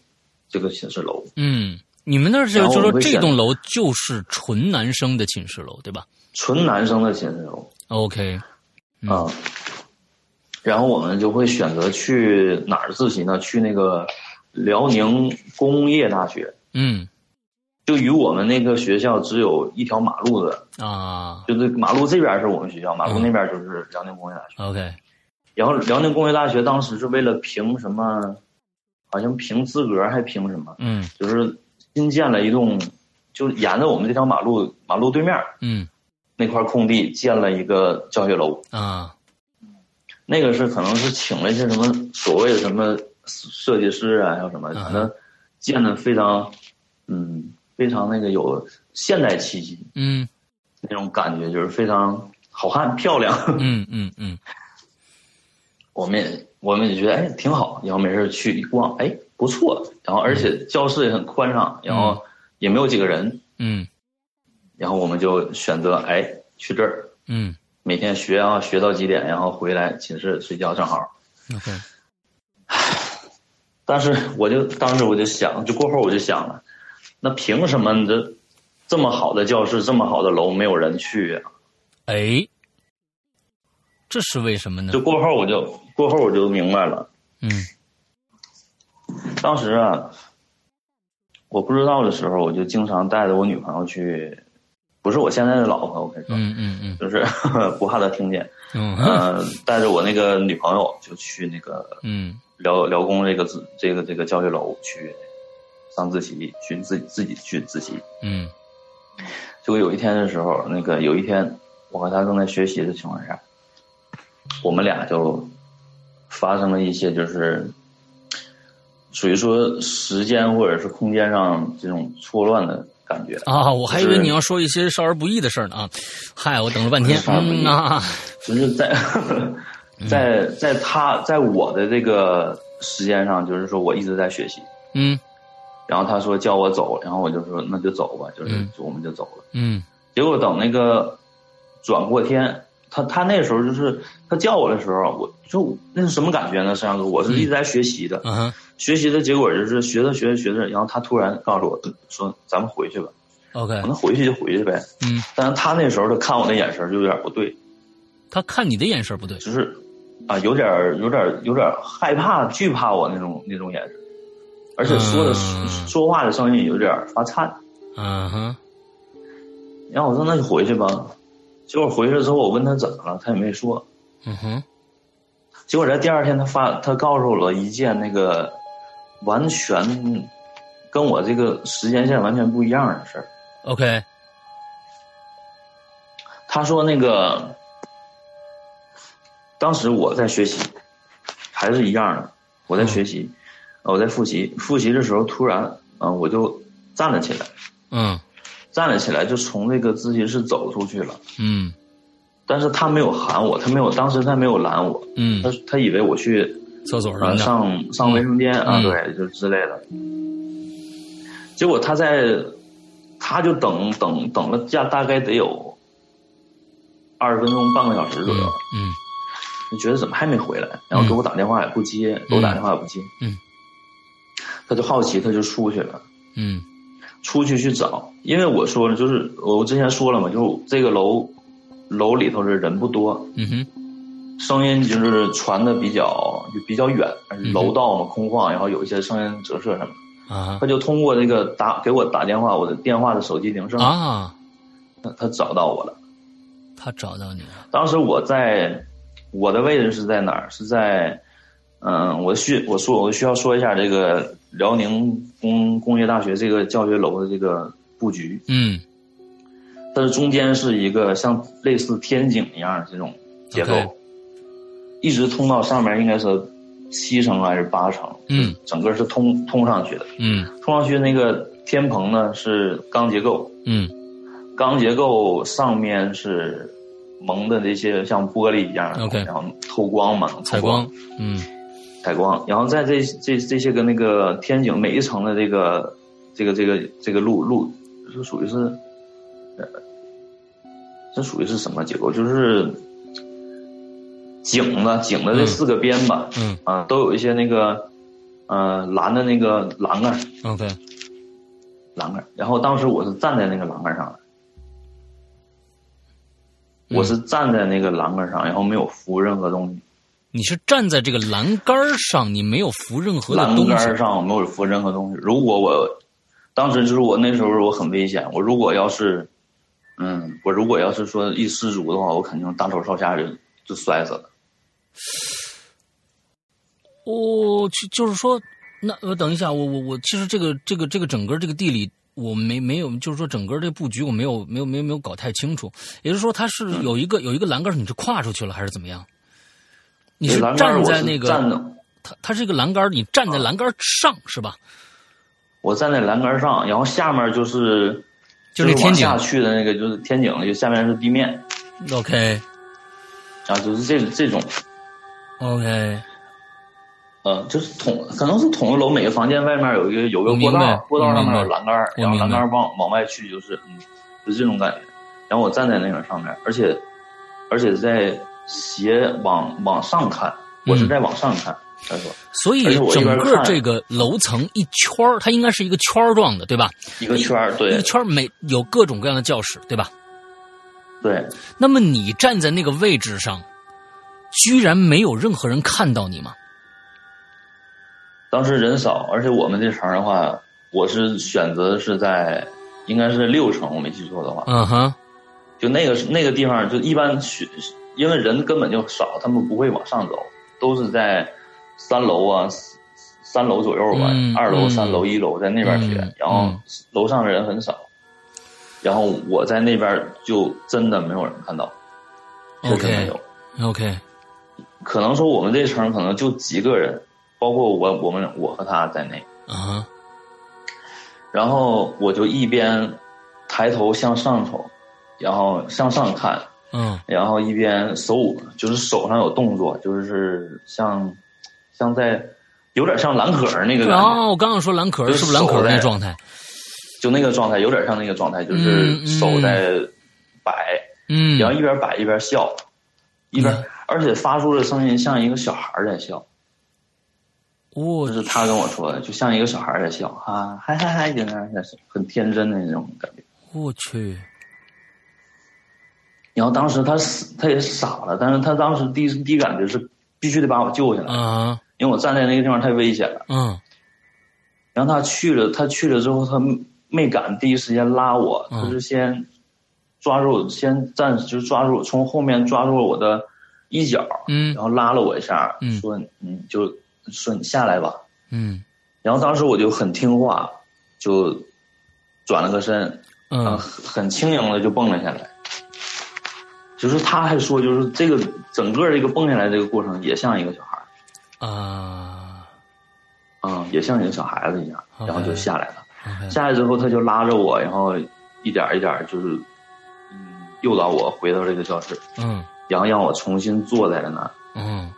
Speaker 3: 这个寝室楼。
Speaker 2: 嗯，你们那儿就
Speaker 3: 然后
Speaker 2: 就说
Speaker 3: 我会
Speaker 2: 这
Speaker 3: 选
Speaker 2: 栋楼就是纯男生的寝室楼，对吧
Speaker 3: 纯男生的寝室楼
Speaker 2: ？OK，嗯
Speaker 3: 啊。然后我们就会选择去哪儿自习呢？去那个辽宁工业大学，
Speaker 2: 嗯
Speaker 3: 就与我们那个学校只有一条马路的，
Speaker 2: 啊
Speaker 3: 就是马路这边是我们学校，马路
Speaker 2: 嗯
Speaker 3: 那边就是辽宁工业大学。
Speaker 2: ，OK，
Speaker 3: 然后辽宁工业大学当时是为了评什么，好像评资格还评什么，
Speaker 2: 嗯
Speaker 3: 就是新建了一栋，就沿着我们这条马路马路对面
Speaker 2: 嗯
Speaker 3: 那块空地建了一个教学楼，
Speaker 2: 啊
Speaker 3: 那个是可能是请了一些什么所谓的什么设计师啊，还有什么，
Speaker 2: 嗯
Speaker 3: 反正建的非常，嗯，非常那个有现代气息
Speaker 2: 嗯
Speaker 3: 那种感觉，就是非常好看漂亮。
Speaker 2: 嗯嗯嗯
Speaker 3: 我们也我们也觉得哎挺好，然后没事去一逛，哎不错，然后而且教室也很宽敞，然后也没有几个人，
Speaker 2: 嗯
Speaker 3: 然后我们就选择哎去这儿，
Speaker 2: 嗯
Speaker 3: 每天学啊学到几点，然后回来寝室睡觉正好。
Speaker 2: ，OK，
Speaker 3: 但是我就当时我就想，就过后我就想了，那凭什么你这这么好的教室，这么好的楼没有人去、啊？
Speaker 2: 哎，这是为什么呢
Speaker 3: 就？过后我就过后我就明白了。
Speaker 2: 嗯
Speaker 3: 当时啊，我不知道的时候，我就经常带着我女朋友去，不是我现在的老婆，我跟你说，
Speaker 2: 嗯嗯嗯
Speaker 3: 就是 [laughs] 不怕她
Speaker 2: [laughs]
Speaker 3: 听见。
Speaker 2: 嗯
Speaker 3: 呃，带着我那个女朋友就去那个
Speaker 2: 嗯
Speaker 3: 辽辽工这个自这个这个教学楼去上自习，去自己自己去自习。
Speaker 2: 嗯
Speaker 3: 结果有一天的时候，那个有一天我和她正在学习的情况下，我们俩就发生了一些就是属于说时间或者是空间上这种错乱的感觉，
Speaker 2: 啊，我还以为
Speaker 3: 就是
Speaker 2: 你要说一些少儿不宜的事儿呢啊！嗨，我等了半天，
Speaker 3: 少儿不宜
Speaker 2: 嗯啊，
Speaker 3: 就是在 [laughs] 在在她在我的这个时间上，就是说我一直在学习，
Speaker 2: 嗯
Speaker 3: 然后她说叫我走，然后我就说那就走吧，就是
Speaker 2: 嗯
Speaker 3: 我们就走了。
Speaker 2: 嗯
Speaker 3: 结果等那个转过天，他他那时候就是他叫我的时候，我就那是什么感觉呢？摄像哥，我是一直在学习的，
Speaker 2: 啊哈
Speaker 3: 学习的结果就是学着学着学着，然后他突然告诉我说：“咱们回去吧。”
Speaker 2: ，OK，
Speaker 3: 我那回去就回去呗。
Speaker 2: 嗯，
Speaker 3: 但是他那时候他看我的眼神就有点不对，
Speaker 2: 他看你的眼神不对，
Speaker 3: 就是啊，有点儿有点儿有点儿害怕、惧怕我那种那种眼神，而且说的、
Speaker 2: 嗯
Speaker 3: 说话的声音有点儿发颤。
Speaker 2: 啊哈，
Speaker 3: 然后我说：“那就回去吧。”结果回去之后，我问他怎么了，他也没说。
Speaker 2: 嗯哼，
Speaker 3: 结果在第二天，他发他告诉我了一件那个完全跟我这个时间线完全不一样的事儿。
Speaker 2: OK，
Speaker 3: 他说那个当时我在学习，还是一样的，我在学习，呃我在复习。复习的时候，突然，嗯、我就站了起来，
Speaker 2: 嗯
Speaker 3: 站了起来，就从那个自习室走出去了。
Speaker 2: 嗯
Speaker 3: 但是他没有喊我，他没有，当时他没有拦我，
Speaker 2: 嗯
Speaker 3: 他，他以为我去
Speaker 2: 厕所什
Speaker 3: 啊，
Speaker 2: 么的，
Speaker 3: 上上卫生间啊，
Speaker 2: 嗯
Speaker 3: 对，就之类的。结果他在，他就等等等了大大概得有二十分钟半个小时左右，
Speaker 2: 嗯
Speaker 3: 就觉得怎么还没回来，然后给我打电话也不接，给我打电话也不接，
Speaker 2: 嗯，
Speaker 3: 他就好奇，他就出去了。
Speaker 2: 嗯
Speaker 3: 出去去找，因为我说了，就是我之前说了嘛，就是这个楼楼里头的人不多，
Speaker 2: 嗯哼，
Speaker 3: 声音就是传的比较就比较远，而且
Speaker 2: 嗯
Speaker 3: 楼道嘛空旷，然后有一些声音折射什么的。
Speaker 2: 啊
Speaker 3: 他就通过这个打给我打电话，我的电话的手机铃声，
Speaker 2: 啊，
Speaker 3: 他他找到我了。
Speaker 2: 他找到你了，
Speaker 3: 当时我在我的位置是在哪儿？是在嗯，我需我说我需要说一下这个辽宁工工业大学这个教学楼的这个布局。
Speaker 2: 嗯
Speaker 3: 但是中间是一个像类似天井一样的这种结构
Speaker 2: OK
Speaker 3: 一直通到上面应该是七层还是八层，
Speaker 2: 嗯
Speaker 3: 整个是通通上去的。
Speaker 2: 嗯
Speaker 3: 通上去那个天棚呢是钢结构，
Speaker 2: 嗯
Speaker 3: 钢结构上面是蒙的那些像玻璃一样的
Speaker 2: OK
Speaker 3: 然后透光嘛，
Speaker 2: 采
Speaker 3: 透
Speaker 2: 光，嗯
Speaker 3: 采光，然后在这这这些个那个天井每一层的这个这个这个这个路路是属于是，呃，这属于是什么结构？就是井呢，井的这
Speaker 2: 嗯
Speaker 3: 四个边吧，
Speaker 2: 嗯
Speaker 3: 啊，都有一些那个，呃，蓝的那个栏杆，
Speaker 2: OK
Speaker 3: 栏杆。然后当时我是站在那个栏杆上的，
Speaker 2: 嗯
Speaker 3: 我是站在那个栏杆上，然后没有扶任何东西。
Speaker 2: 你是站在这个栏杆儿上，你没有扶任何的
Speaker 3: 栏
Speaker 2: 东
Speaker 3: 杆
Speaker 2: 西
Speaker 3: 儿。上没有扶任何东西。如果我当时就是我那时候我很危险，我如果要是，嗯，我如果要是说一失足的话，我肯定大头朝下就就摔死了。
Speaker 2: 哦，就就是说，那呃，等一下，我我我，其实这个这个这个整个这个地理。我没没有，就是说整个这个布局我没有没有没有没有搞太清楚，也就是说它是有一个、有一个栏杆儿，你是跨出去了还是怎么样？你
Speaker 3: 这
Speaker 2: 是
Speaker 3: 栏杆儿
Speaker 2: 站
Speaker 3: 我
Speaker 2: 在
Speaker 3: 是
Speaker 2: 那个
Speaker 3: 站啊着，
Speaker 2: 它它是一个栏杆儿，你站在栏杆儿上、是吧？
Speaker 3: 我站在栏杆儿上，然后下面就是
Speaker 2: 就
Speaker 3: 就是
Speaker 2: 那天井
Speaker 3: 往下去的那个就是天井，就下面是地面，
Speaker 2: OK
Speaker 3: 然后就是这这种。
Speaker 2: OK，
Speaker 3: 呃，就是筒，可能是筒子楼每个房间外面有一个有个
Speaker 2: 我
Speaker 3: 过
Speaker 2: 明白
Speaker 3: 道，过道上面
Speaker 2: 我
Speaker 3: 有
Speaker 2: 明白
Speaker 3: 栏杆儿，
Speaker 2: 我
Speaker 3: 然后
Speaker 2: 明
Speaker 3: 栏
Speaker 2: 白
Speaker 3: 杆儿往往外去就是，嗯，就是这种感觉。然后我站在那个上面，而且而且在斜往往上看，我是
Speaker 2: 嗯
Speaker 3: 在往上看。他说
Speaker 2: 所以
Speaker 3: 而且我一
Speaker 2: 整
Speaker 3: 边
Speaker 2: 个
Speaker 3: 看
Speaker 2: 这个楼层一圈儿它应该是一个圈儿状的，对吧？
Speaker 3: 一个圈儿，对
Speaker 2: 一圈儿每有各种各样的教室，对吧？
Speaker 3: 对，
Speaker 2: 那么你站在那个位置上，居然没有任何人看到你吗？
Speaker 3: 当时人少，而且我们这层的话，我是选择是在应该是六层，我没记错的话，
Speaker 2: 嗯哼，
Speaker 3: 就那个那个地方，就一般学，因为人根本就少，他们不会往上走，都是在三楼啊，四三楼左右吧，
Speaker 2: 嗯
Speaker 3: 二楼、
Speaker 2: 嗯
Speaker 3: 三楼、一楼在那边学，
Speaker 2: 嗯
Speaker 3: 然后
Speaker 2: 嗯
Speaker 3: 楼上的人很少，然后我在那边就真的没有人看到，确实
Speaker 2: OK
Speaker 3: 没有
Speaker 2: OK，
Speaker 3: 可能说我们这层可能就几个人，包括我、我们我和他在内，
Speaker 2: 啊哈，
Speaker 3: 然后我就一边抬头向上瞅，然后向上看，
Speaker 2: 嗯
Speaker 3: 然后一边手舞就是手上有动作，就是像像在有点像蓝可儿那个感觉，
Speaker 2: 啊，我刚刚说蓝可儿
Speaker 3: 就是
Speaker 2: 是不是蓝可儿
Speaker 3: 手
Speaker 2: 那
Speaker 3: 在
Speaker 2: 状态？
Speaker 3: 就那个状态，有点像那个状态，就是手在摆，
Speaker 2: 嗯
Speaker 3: 然后一边摆一边笑，一边、
Speaker 2: 嗯
Speaker 3: 而且发出的声音像一个小孩儿在笑，
Speaker 2: 我
Speaker 3: 就是他跟我说的，就像一个小孩儿在笑，啊，嗨嗨嗨，就那样在笑，很天真的那种感觉。
Speaker 2: 我去，
Speaker 3: 然后当时他死他也傻了，但是他当时第一第一感觉是必须得把我救下来，
Speaker 2: 啊
Speaker 3: 因为我站在那个地方太危险了。
Speaker 2: 嗯
Speaker 3: 然后他去了，他去了之后，他没敢第一时间拉我，
Speaker 2: 嗯
Speaker 3: 他是先抓住我，先暂时就抓住我，从后面抓住了我的衣角，
Speaker 2: 嗯
Speaker 3: 然后拉了我一下，
Speaker 2: 嗯
Speaker 3: 说你就说你下来吧。
Speaker 2: 嗯
Speaker 3: 然后当时我就很听话，就转了个身，然后
Speaker 2: 嗯
Speaker 3: 很很轻盈的就蹦了下来。就是他还说，就是这个整个这个蹦下来这个过程也像一个小孩儿，
Speaker 2: 啊
Speaker 3: 嗯，也像一个小孩子一样，然后就下来了。
Speaker 2: ，OK，
Speaker 3: 下来之后，他就拉着我，然后一点儿一点儿就是，嗯，诱导我回到这个教室，
Speaker 2: 嗯
Speaker 3: 然后让我重新坐在那儿。
Speaker 2: 嗯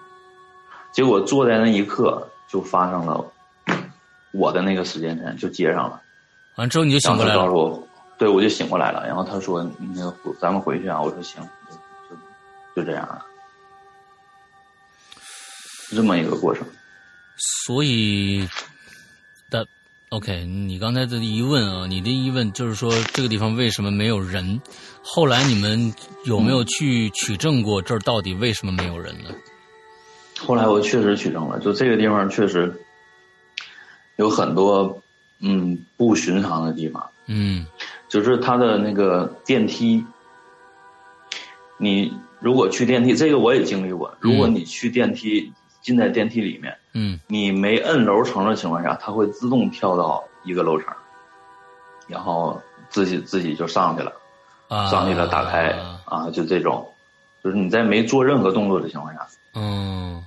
Speaker 3: 结果坐在那一刻，就发生了我的那个时间线就接上了。
Speaker 2: 完之后你就醒
Speaker 3: 然后
Speaker 2: 过
Speaker 3: 他
Speaker 2: 来了
Speaker 3: 告。诉我，对我就醒过来了。然后他说：“那个咱们回去啊。”我说：“行。”就就这样了，这么一个过程。
Speaker 2: 所以，但 OK，你刚才的疑问啊，你的疑问就是说这个地方为什么没有人？后来你们有没有去取证过这儿到底为什么没有人呢？
Speaker 3: 后来我确实取证了，就这个地方确实有很多嗯不寻常的地方，
Speaker 2: 嗯
Speaker 3: 就是它的那个电梯，你如果去电梯，这个我也经历过。如果你去电梯，进在电梯里面，
Speaker 2: 嗯
Speaker 3: 你没摁楼层的情况下，它会自动跳到一个楼层，然后自己自己就上去了，
Speaker 2: 啊，
Speaker 3: 上去了打开啊，就这种，就是你在没做任何动作的情况下，
Speaker 2: 嗯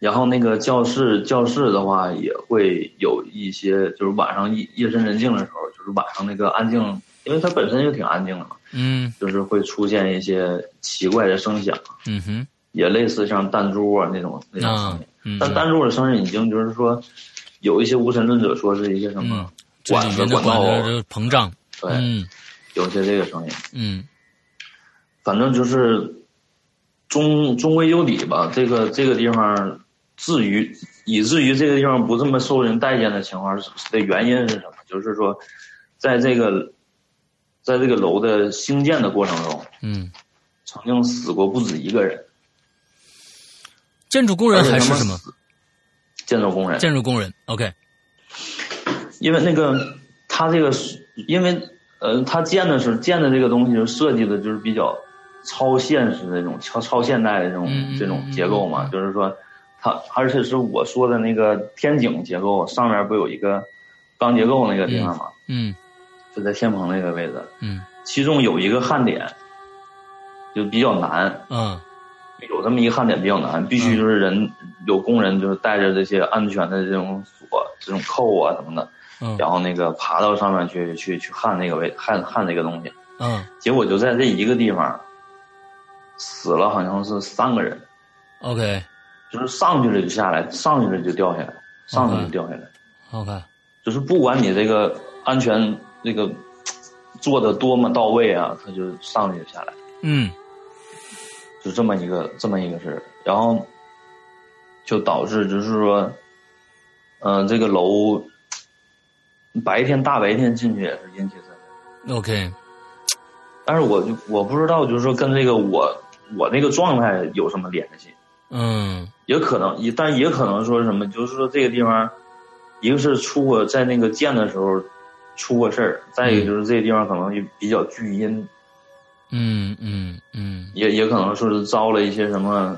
Speaker 3: 然后那个教室，教室的话也会有一些，就是晚上夜夜深人静的时候，就是晚上那个安静，因为它本身就挺安静的嘛，
Speaker 2: 嗯
Speaker 3: 就是会出现一些奇怪的声响，
Speaker 2: 嗯哼，
Speaker 3: 也类似像弹珠啊那种那种声
Speaker 2: 啊
Speaker 3: 音。
Speaker 2: 嗯，
Speaker 3: 但弹珠的声音已经就是说，有一些无神论者说是一些什么
Speaker 2: 嗯，这里面的
Speaker 3: 管道啊
Speaker 2: 管的膨胀，
Speaker 3: 对，
Speaker 2: 嗯
Speaker 3: 有些这个声音，
Speaker 2: 嗯
Speaker 3: 反正就是中中规有底吧。这个这个地方，至于以至于这个地方不这么受人待见的情况是的原因是什么？就是说，在这个在这个楼的兴建的过程中，
Speaker 2: 嗯，
Speaker 3: 曾经死过不止一个人，
Speaker 2: 建筑工人还是什么
Speaker 3: 而且他们死？建筑工人，
Speaker 2: 建筑工人？OK，
Speaker 3: 因为那个他这个是，因为呃，他建的是建的这个东西，就设计的就是比较超现实的那种超超现代的这种
Speaker 2: 嗯嗯嗯
Speaker 3: 这种结构嘛，
Speaker 2: 嗯
Speaker 3: 就是说它而且是我说的那个天井结构，上面不有一个钢结构那个地方嘛，
Speaker 2: 嗯
Speaker 3: 就在天棚那个位置，
Speaker 2: 嗯
Speaker 3: 其中有一个焊点就比较难，
Speaker 2: 嗯
Speaker 3: 有这么一个焊点比较难，必须就是人、有工人就是带着这些安全的这种锁、这种扣啊什么的。
Speaker 2: 嗯
Speaker 3: 然后那个爬到上面去去去焊那个位焊焊那个东西，
Speaker 2: 嗯
Speaker 3: 结果就在这一个地方死了，好像是三个人，
Speaker 2: ，OK
Speaker 3: 就是上去了就下来，上去了就掉下来，上去了就掉下来，
Speaker 2: OK，
Speaker 3: 就是不管你这个安全那个做的多么到位啊，他就上去就下来，
Speaker 2: 嗯
Speaker 3: 就这么一个这么一个事儿，然后就导致就是说，嗯、这个楼白天大白天进去也是阴气森森。
Speaker 2: OK，
Speaker 3: 但是我就我不知道，就是说跟这个我我那个状态有什么联系，
Speaker 2: 嗯
Speaker 3: 也可能也但也可能说什么，就是说这个地方，一个是出过在那个建的时候出过事儿，再一个就是这个地方可能也比较聚阴，
Speaker 2: 嗯嗯嗯
Speaker 3: 也也可能说是招了一些什么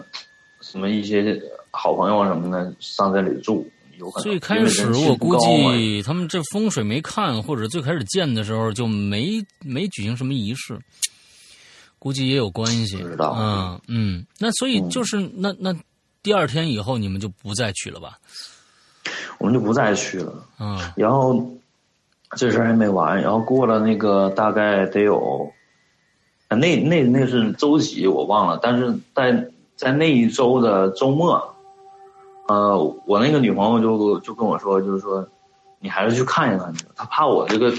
Speaker 3: 什么一些好朋友什么的上这里住，有可能。
Speaker 2: 最开始
Speaker 3: 因为人气
Speaker 2: 我
Speaker 3: 不
Speaker 2: 估
Speaker 3: 高嘛
Speaker 2: 计他们这风水没看，或者最开始建的时候就没没举行什么仪式，估计也有关系。
Speaker 3: 不知道
Speaker 2: 嗯嗯，那所以就是、那那第二天以后你们就不再去了吧？
Speaker 3: 我们就不再去了。
Speaker 2: 嗯
Speaker 3: 然后这事儿还没完，然后过了那个大概得有，啊那那那是周几我忘了，但是在在那一周的周末，呃，我那个女朋友就就跟我说，就是说你还是去看一看去，她怕我这个。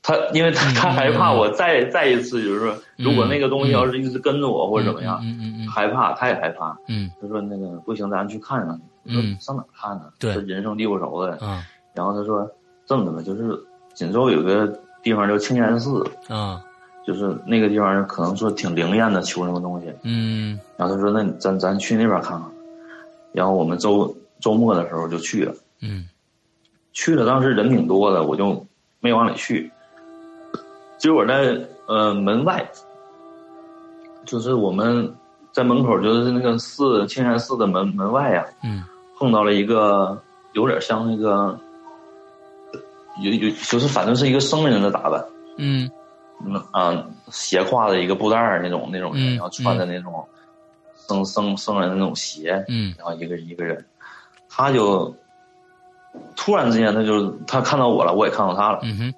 Speaker 3: 她因为
Speaker 2: 嗯
Speaker 3: 她她害怕我再再一次，就是说，如果那个东西要是一直跟着我或者怎么样，
Speaker 2: 嗯嗯嗯
Speaker 3: 害怕，她也害怕。
Speaker 2: 嗯
Speaker 3: 她说那个不行，咱去看看。我
Speaker 2: 嗯
Speaker 3: 说上哪儿看呢？
Speaker 2: 对
Speaker 3: 这人生地不熟的。
Speaker 2: 嗯啊
Speaker 3: 然后他说这么的吧，就是锦州有个地方叫青岩寺，
Speaker 2: 啊
Speaker 3: 就是那个地方可能说挺灵验的，求什么东西。
Speaker 2: 嗯
Speaker 3: 然后他说那你咱咱去那边看看。然后我们周周末的时候就去了，
Speaker 2: 嗯
Speaker 3: 去了当时人挺多的，我就没往里去。结果在呃门外，就是我们在门口，就是那个寺青岩寺的门门外呀、
Speaker 2: 嗯
Speaker 3: 碰到了一个有点像那个，有有就是反正是一个僧人的打扮，
Speaker 2: 嗯
Speaker 3: 嗯啊，斜挎的一个布袋儿那种那种人，
Speaker 2: 嗯
Speaker 3: 然后穿的那种僧僧僧人的那种鞋，
Speaker 2: 嗯
Speaker 3: 然后一个一个人，他就突然之间他就他看到我了，我也看到他了，
Speaker 2: 嗯哼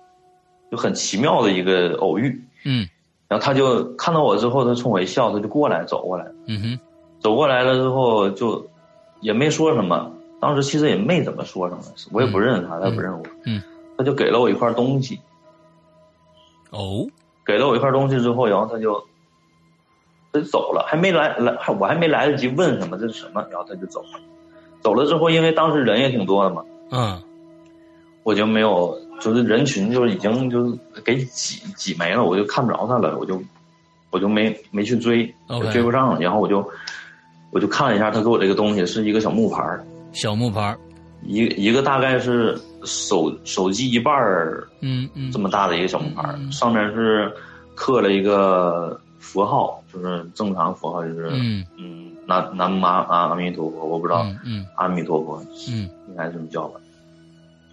Speaker 3: 就很奇妙的一个偶遇。
Speaker 2: 嗯
Speaker 3: 然后他就看到我之后，他冲我一笑，他就过来走过来，
Speaker 2: 嗯哼
Speaker 3: 走过来了之后就也没说什么，当时其实也没怎么说什么，我也不认识他，他也不认识我，
Speaker 2: 嗯，
Speaker 3: 他就给了我一块东西，
Speaker 2: 哦
Speaker 3: 给了我一块东西之后，然后他就他就走了，还没来来，还我还没来得及问什么这是什么，然后他就走了。走了之后，因为当时人也挺多的嘛，
Speaker 2: 嗯
Speaker 3: 我就没有，就是人群就是已经就是给挤挤没了，我就看不着他了，我就我就没没去追，
Speaker 2: OK
Speaker 3: 追不上了。然后我就我就看了一下他给我这个东西是一个小木牌儿，
Speaker 2: 小木牌儿，
Speaker 3: 一一个大概是手手机一半儿
Speaker 2: 嗯嗯
Speaker 3: 这么大的一个小木牌儿，
Speaker 2: 嗯嗯
Speaker 3: 上面是刻了一个符号，就是正常符号就是
Speaker 2: 嗯
Speaker 3: 嗯南南无阿阿阿弥陀佛，我不知道、
Speaker 2: 嗯嗯
Speaker 3: 阿弥陀佛
Speaker 2: 嗯
Speaker 3: 应该这么叫吧，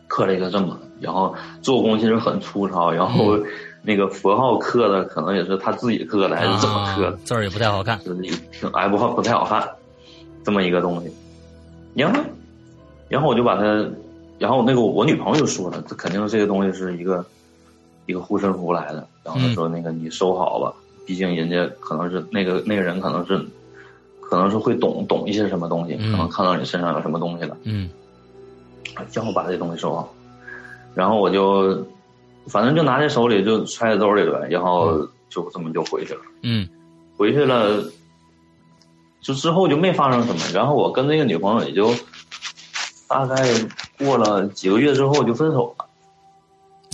Speaker 3: 刻了一个这么，然后做工其实很粗糙，然后
Speaker 2: 嗯
Speaker 3: 那个符号刻的可能也是他自己刻的，还是怎么刻的
Speaker 2: 啊，字儿也不太好看，
Speaker 3: 就是挺哎不好不太好看，这么一个东西。然后，然后我就把它，然后那个我女朋友就说了，这肯定这个东西是一个一个护身符来的，然后她说那个你收好吧，毕竟人家可能是那个那个人可能是。可能是会懂懂一些什么东西，
Speaker 2: 嗯
Speaker 3: 可能看到你身上有什么东西了，
Speaker 2: 嗯
Speaker 3: 叫我把这东西收好，然后我就反正就拿在手里就揣在兜里了，然后就这么就回去了。
Speaker 2: 嗯
Speaker 3: 回去了，就之后就没发生什么。然后我跟那个女朋友也就大概过了几个月之后就分手了，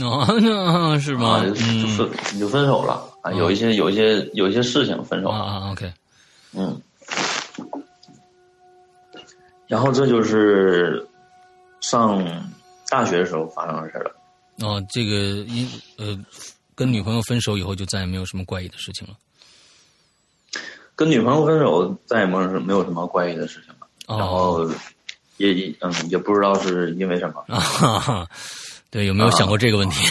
Speaker 2: 哦 [laughs] 是吗？
Speaker 3: 啊，就就
Speaker 2: 嗯
Speaker 3: 分就分手了啊，有一些有一些有一些事情分手
Speaker 2: 啊
Speaker 3: 了，
Speaker 2: 啊 OK，
Speaker 3: 嗯。然后这就是上大学的时候发生的事儿了。
Speaker 2: 哦这个因呃跟女朋友分手以后就再也没有什么怪异的事情了。
Speaker 3: 跟女朋友分手，再也没有没有什么怪异的事情了。然
Speaker 2: 哦，
Speaker 3: 后也也嗯，也不知道是因为什么
Speaker 2: 啊哈哈，对，有没有想过这个问题？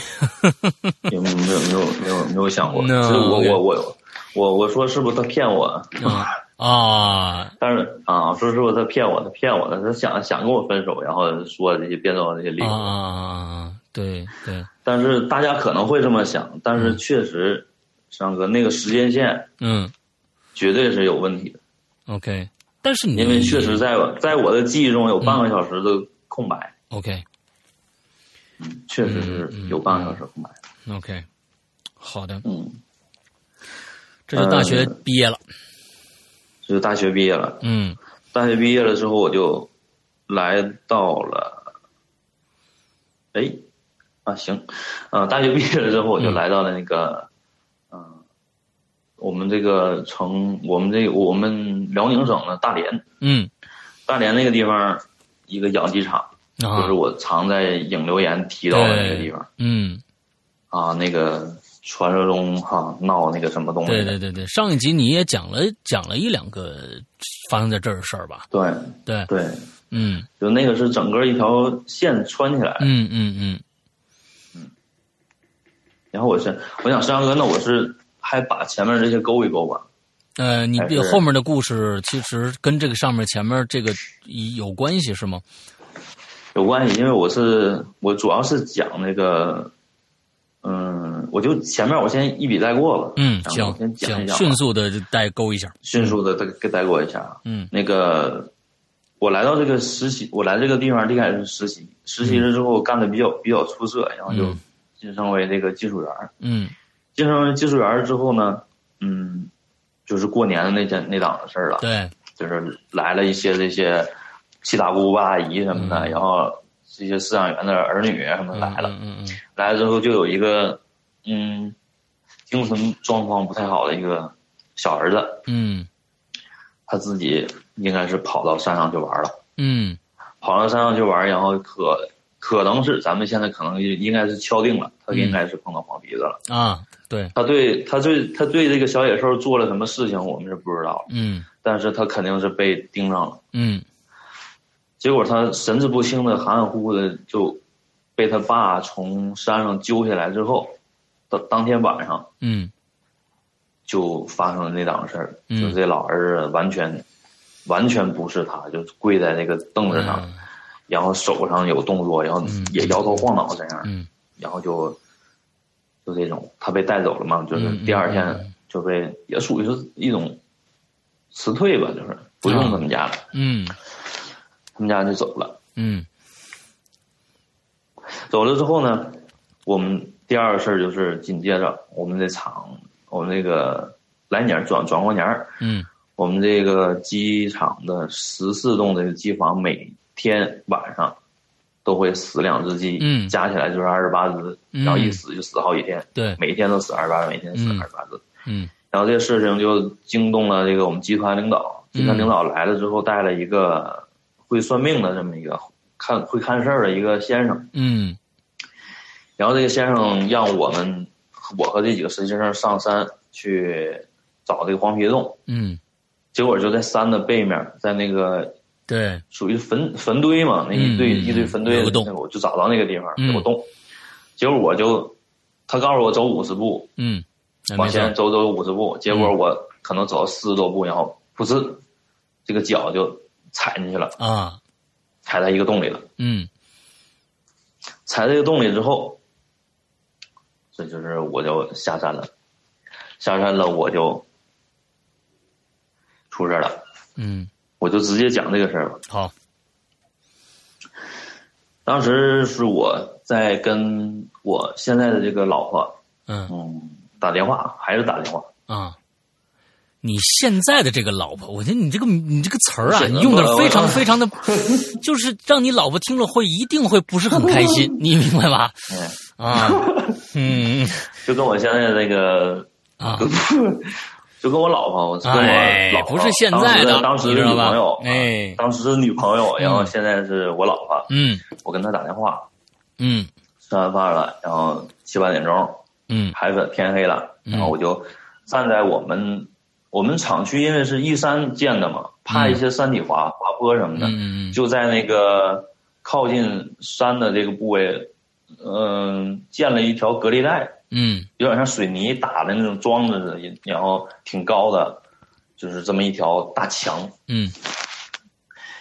Speaker 3: 也没有没有没有没有没有想过。
Speaker 2: No，
Speaker 3: 所以我
Speaker 2: okay
Speaker 3: 我我我我说是不是他骗我？
Speaker 2: 啊 [laughs] 啊
Speaker 3: 但是啊，说是不是他骗我？他骗我的，他想想跟我分手，然后说这些编造这些理
Speaker 2: 啊
Speaker 3: 由。
Speaker 2: 啊！对对，
Speaker 3: 但是大家可能会这么想，但是确实，上哥那个时间线
Speaker 2: 嗯
Speaker 3: 绝对是有问题的，
Speaker 2: ，OK。但是你
Speaker 3: 因为确
Speaker 2: 嗯
Speaker 3: 实在我在我的记忆中有半个小时的空白，
Speaker 2: OK
Speaker 3: 确实
Speaker 2: 嗯
Speaker 3: 是有半个小时空白。
Speaker 2: OK，好的，
Speaker 3: 嗯。
Speaker 2: 这
Speaker 3: 呃
Speaker 2: 就大学毕业了。
Speaker 3: 就是大学毕业了。
Speaker 2: 嗯
Speaker 3: 大学毕业了之后，我就来到了，哎，啊行，啊、大学毕业了之后，我就
Speaker 2: 嗯
Speaker 3: 来到了那个，嗯、我们这个城，我们这我们辽宁省的大连，
Speaker 2: 嗯
Speaker 3: 大连那个地方一个养鸡场，
Speaker 2: 啊
Speaker 3: 就是我常在影留言提到的那个地方
Speaker 2: 嗯，
Speaker 3: 啊，那个传说中哈、闹那个什么东西
Speaker 2: 对
Speaker 3: 的，
Speaker 2: 对对对，上一集你也讲了讲了一两个发生在这儿的事儿吧？
Speaker 3: 对
Speaker 2: 对，
Speaker 3: 对，
Speaker 2: 嗯
Speaker 3: 就那个是整个一条线穿起来的。
Speaker 2: 嗯嗯嗯，
Speaker 3: 然后我是我想山羊哥，那我是还把前面这些勾一勾吧。
Speaker 2: 呃，你
Speaker 3: 还
Speaker 2: 比
Speaker 3: 是
Speaker 2: 后面的故事其实跟这个上面前面这个有关系是吗？
Speaker 3: 有关系，因为我是我主要是讲那个，嗯，我就前面我先一笔带过吧。
Speaker 2: 嗯，
Speaker 3: 然后
Speaker 2: 行
Speaker 3: 我先讲
Speaker 2: 行
Speaker 3: 一，讲吧，
Speaker 2: 迅速的带勾一下。
Speaker 3: 迅速的带带过一下啊。
Speaker 2: 嗯
Speaker 3: 那个我来到这个实习，我来这个地方一开始是实习，实习了之后干的比较比较出色，然后就
Speaker 2: 嗯
Speaker 3: 晋升为这个技术员儿。
Speaker 2: 嗯
Speaker 3: 晋升为技术员儿之后呢，嗯，就是过年的那件那档子事儿了。
Speaker 2: 对，
Speaker 3: 就是来了一些这些七大姑八大姨什么的，
Speaker 2: 嗯
Speaker 3: 然后这些饲养员的儿女什么的 [laughs] 来了，
Speaker 2: 嗯嗯
Speaker 3: 来了之后就有一个嗯精神状况不太好的一个小儿子，
Speaker 2: 嗯
Speaker 3: 他自己应该是跑到山上去玩了，
Speaker 2: 嗯
Speaker 3: 跑到山上去玩，然后可可能是咱们现在可能应该是敲定了，他应该是碰到黄皮子了。
Speaker 2: 嗯啊，对，
Speaker 3: 他对他对他对这个小野兽做了什么事情，我们是不知道，
Speaker 2: 嗯
Speaker 3: 但是他肯定是被盯上了。
Speaker 2: 嗯
Speaker 3: 结果他神志不清的、含含糊糊的就被他爸从山上揪下来之后，当当天晚上
Speaker 2: 嗯
Speaker 3: 就发生了那档事儿，
Speaker 2: 嗯
Speaker 3: 就是这老儿子完全完全不是他，就跪在那个凳子上，
Speaker 2: 嗯
Speaker 3: 然后手上有动作，然后
Speaker 2: 嗯
Speaker 3: 也摇头晃脑这样，
Speaker 2: 嗯
Speaker 3: 然后就就这种，他被带走了嘛，就是第
Speaker 2: 嗯
Speaker 3: 二
Speaker 2: 嗯
Speaker 3: 天就被也属于是一种辞退吧，就是不用他们家了，
Speaker 2: 嗯
Speaker 3: 他们家就走了。
Speaker 2: 嗯
Speaker 3: 走了之后呢，我们第二个事儿就是紧接着我们的厂，我们那个来年转转过年儿，
Speaker 2: 嗯
Speaker 3: 我们这个机场的十四栋的机房，每天晚上都会死两只鸡，
Speaker 2: 嗯
Speaker 3: 加起来就是二十八只，然后一
Speaker 2: 嗯
Speaker 3: 死就死好几天，
Speaker 2: 对，
Speaker 3: 每天都死二十八，每天死
Speaker 2: 嗯
Speaker 3: 二十八只。
Speaker 2: 嗯
Speaker 3: 然后这个事情就惊动了这个我们集团领导，集
Speaker 2: 嗯
Speaker 3: 团领导来了之后带了一个会算命的这么一个看会看事儿的一个先生，
Speaker 2: 嗯
Speaker 3: 然后这个先生让我们我和这几个实习生上山去找这个黄皮洞，
Speaker 2: 嗯，
Speaker 3: 结果就在山的背面，在那个
Speaker 2: 对，
Speaker 3: 属于坟坟堆嘛，那一堆、
Speaker 2: 嗯嗯
Speaker 3: 一堆坟堆，
Speaker 2: 有个洞
Speaker 3: 我就找到那个地方
Speaker 2: 嗯
Speaker 3: 有个洞，结果我就他告诉我走五十步，
Speaker 2: 嗯，那
Speaker 3: 往
Speaker 2: 没事嗯
Speaker 3: 前
Speaker 2: 儿，
Speaker 3: 走走五十步，结果我可能走到四十多步，然后噗呲，这个脚就踩进去了，
Speaker 2: 啊，
Speaker 3: 踩在一个洞里了。
Speaker 2: 嗯
Speaker 3: 踩在这个洞里之后，这就是我就下山了，下山了我就出事儿了，
Speaker 2: 嗯，
Speaker 3: 我就直接讲这个事儿吧。
Speaker 2: 好，
Speaker 3: 当时是我在跟我现在的这个老婆，
Speaker 2: 嗯
Speaker 3: 嗯，打电话还是打电话，
Speaker 2: 啊。你现在的这个老婆，我觉得你这个你这个词儿啊，
Speaker 3: 是
Speaker 2: 你用的非常
Speaker 3: 我
Speaker 2: 非常的，就是让你老婆听了会一定会不是很开心，你明白吧？
Speaker 3: 嗯，
Speaker 2: 啊，嗯
Speaker 3: 就跟我现在这个
Speaker 2: 啊，
Speaker 3: 就跟我老婆，我跟我
Speaker 2: 哎
Speaker 3: 老，婆
Speaker 2: 不是现在
Speaker 3: 的，
Speaker 2: 的，
Speaker 3: 当时
Speaker 2: 你
Speaker 3: 是
Speaker 2: 知
Speaker 3: 女
Speaker 2: 道吧
Speaker 3: 朋友，？啊
Speaker 2: 哎，
Speaker 3: 当时是女朋友，然后
Speaker 2: 嗯
Speaker 3: 现在是我老婆，
Speaker 2: 嗯
Speaker 3: 我跟她打电话，
Speaker 2: 嗯
Speaker 3: 吃完饭了，然后七八点钟，
Speaker 2: 嗯
Speaker 3: 孩子天黑了，
Speaker 2: 嗯
Speaker 3: 然后我就站在我们我们厂区，因为是依山建的嘛，怕一些山体滑滑坡什么的，
Speaker 2: 嗯嗯，
Speaker 3: 就在那个靠近山的这个部位，嗯、建了一条隔离带，
Speaker 2: 嗯
Speaker 3: 有点像水泥打的那种桩子似的，然后挺高的，就是这么一条大墙。
Speaker 2: 嗯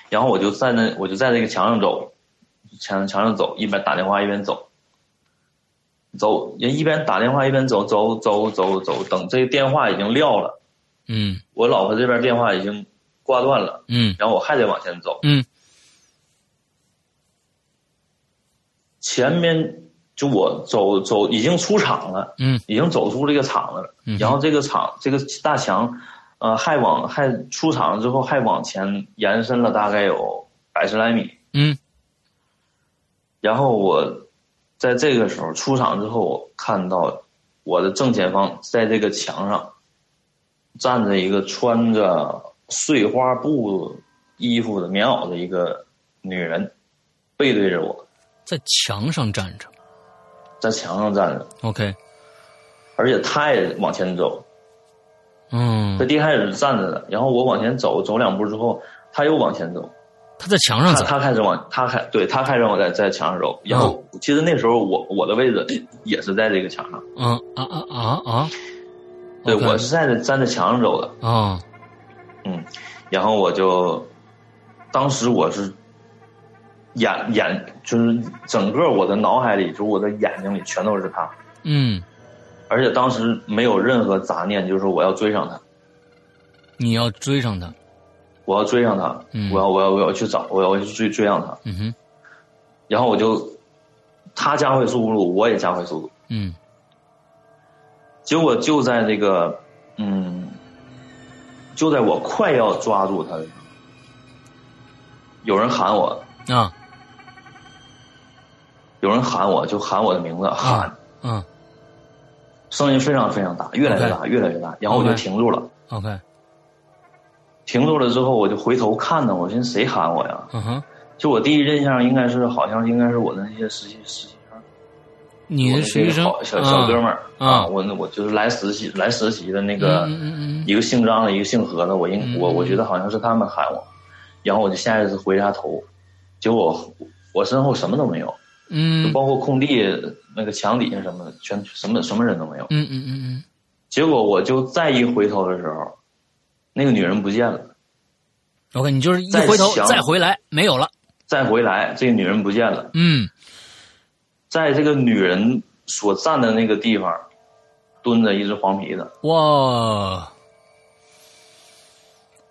Speaker 3: 然后我就站在我就在这个墙上走，墙墙上走，一边打电话一边走，走人一边打电话一边走走走走走，等这个电话已经撂了，
Speaker 2: 嗯
Speaker 3: 我老婆这边电话已经挂断了，
Speaker 2: 嗯
Speaker 3: 然后我还得往前走，
Speaker 2: 嗯
Speaker 3: 前面就我走走已经出厂了，
Speaker 2: 嗯，
Speaker 3: 已经走出这个厂子了，
Speaker 2: 嗯
Speaker 3: 然后这个厂这个大墙，呃，还往还出厂了之后还往前延伸了大概有百十来米，
Speaker 2: 嗯
Speaker 3: 然后我在这个时候出场之后，我看到我的正前方在这个墙上站着一个穿着碎花布衣服的棉袄的一个女人，背对着我，
Speaker 2: 在墙上站着
Speaker 3: 在墙上站着，
Speaker 2: ，OK，
Speaker 3: 而且她也往前走。
Speaker 2: 嗯
Speaker 3: 她，第一开始是站着的，然后我往前走走两步之后，她又往前走，
Speaker 2: 他在墙上
Speaker 3: 她
Speaker 2: 走，
Speaker 3: 她开始往她开对她开始往在在墙上走，然后其实那时候我我的位置也是在这个墙上，
Speaker 2: 嗯啊啊啊啊，
Speaker 3: 对
Speaker 2: OK
Speaker 3: 我是在站在墙上走的。
Speaker 2: 啊，
Speaker 3: 然后我就，当时我是眼眼就是整个我的脑海里，就是我的眼睛里全都是他，
Speaker 2: 嗯，
Speaker 3: 而且当时没有任何杂念，就是我要追上他，
Speaker 2: 你要追上他，
Speaker 3: 我要追上他，
Speaker 2: 嗯
Speaker 3: 我要我要我要去找，我要去追追上他。
Speaker 2: 嗯哼，
Speaker 3: 然后我就，他加快速度，我也加快速度，
Speaker 2: 嗯
Speaker 3: 结果就在这个，嗯，就在我快要抓住他的时候，有人喊我，
Speaker 2: 啊
Speaker 3: 有人喊我，就喊我的名字，喊。
Speaker 2: 嗯
Speaker 3: 声音非常非常大，越来越大，越来越大。然后我就
Speaker 2: OK
Speaker 3: 停住了，
Speaker 2: ，OK，
Speaker 3: 停住了之后，我就回头看呢，我寻思谁喊我呀？
Speaker 2: 嗯哼，
Speaker 3: 就我第一印象应该是，好像应该是我的那些实习实习生，
Speaker 2: 你
Speaker 3: 我
Speaker 2: 的
Speaker 3: 的
Speaker 2: 实习生
Speaker 3: 那个好小小哥们儿
Speaker 2: 啊啊
Speaker 3: 我那我就是来实习来实习的那个，
Speaker 2: 嗯嗯
Speaker 3: 一个姓张的，一个姓何的，我应
Speaker 2: 嗯
Speaker 3: 我我觉得好像是他们喊我，然后我就下意识回一下头，结果我我身后什么都没有，就
Speaker 2: 嗯
Speaker 3: 包括空地那个墙底下什么的，全什么什么人都没有。
Speaker 2: 嗯嗯嗯
Speaker 3: 结果我就再一回头的时候，那个女人不见了。
Speaker 2: ，OK，你就是一回头再回来没有了，
Speaker 3: 再回来，这个女人不见了，
Speaker 2: 嗯
Speaker 3: 在这个女人所站的那个地方，蹲着一只黄皮子，
Speaker 2: 哇，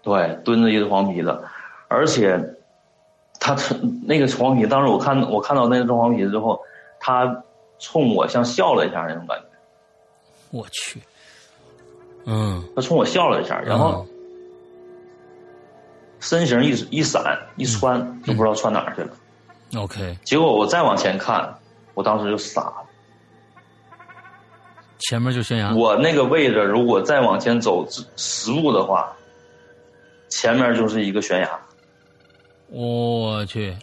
Speaker 3: 对，蹲着一只黄皮子，而且他那个黄皮，当时我看我看到那只黄皮子之后，他冲我像笑了一下那种感觉，
Speaker 2: 我去，嗯
Speaker 3: 他冲我笑了一下，然后身形一一闪一窜，就不知道窜哪儿去了。
Speaker 2: ，OK，
Speaker 3: 结果我再往前看，我当时就傻了。
Speaker 2: 前面就悬崖，
Speaker 3: 我那个位置如果再往前走十十步的话，前面就是一个悬崖。
Speaker 2: 我去，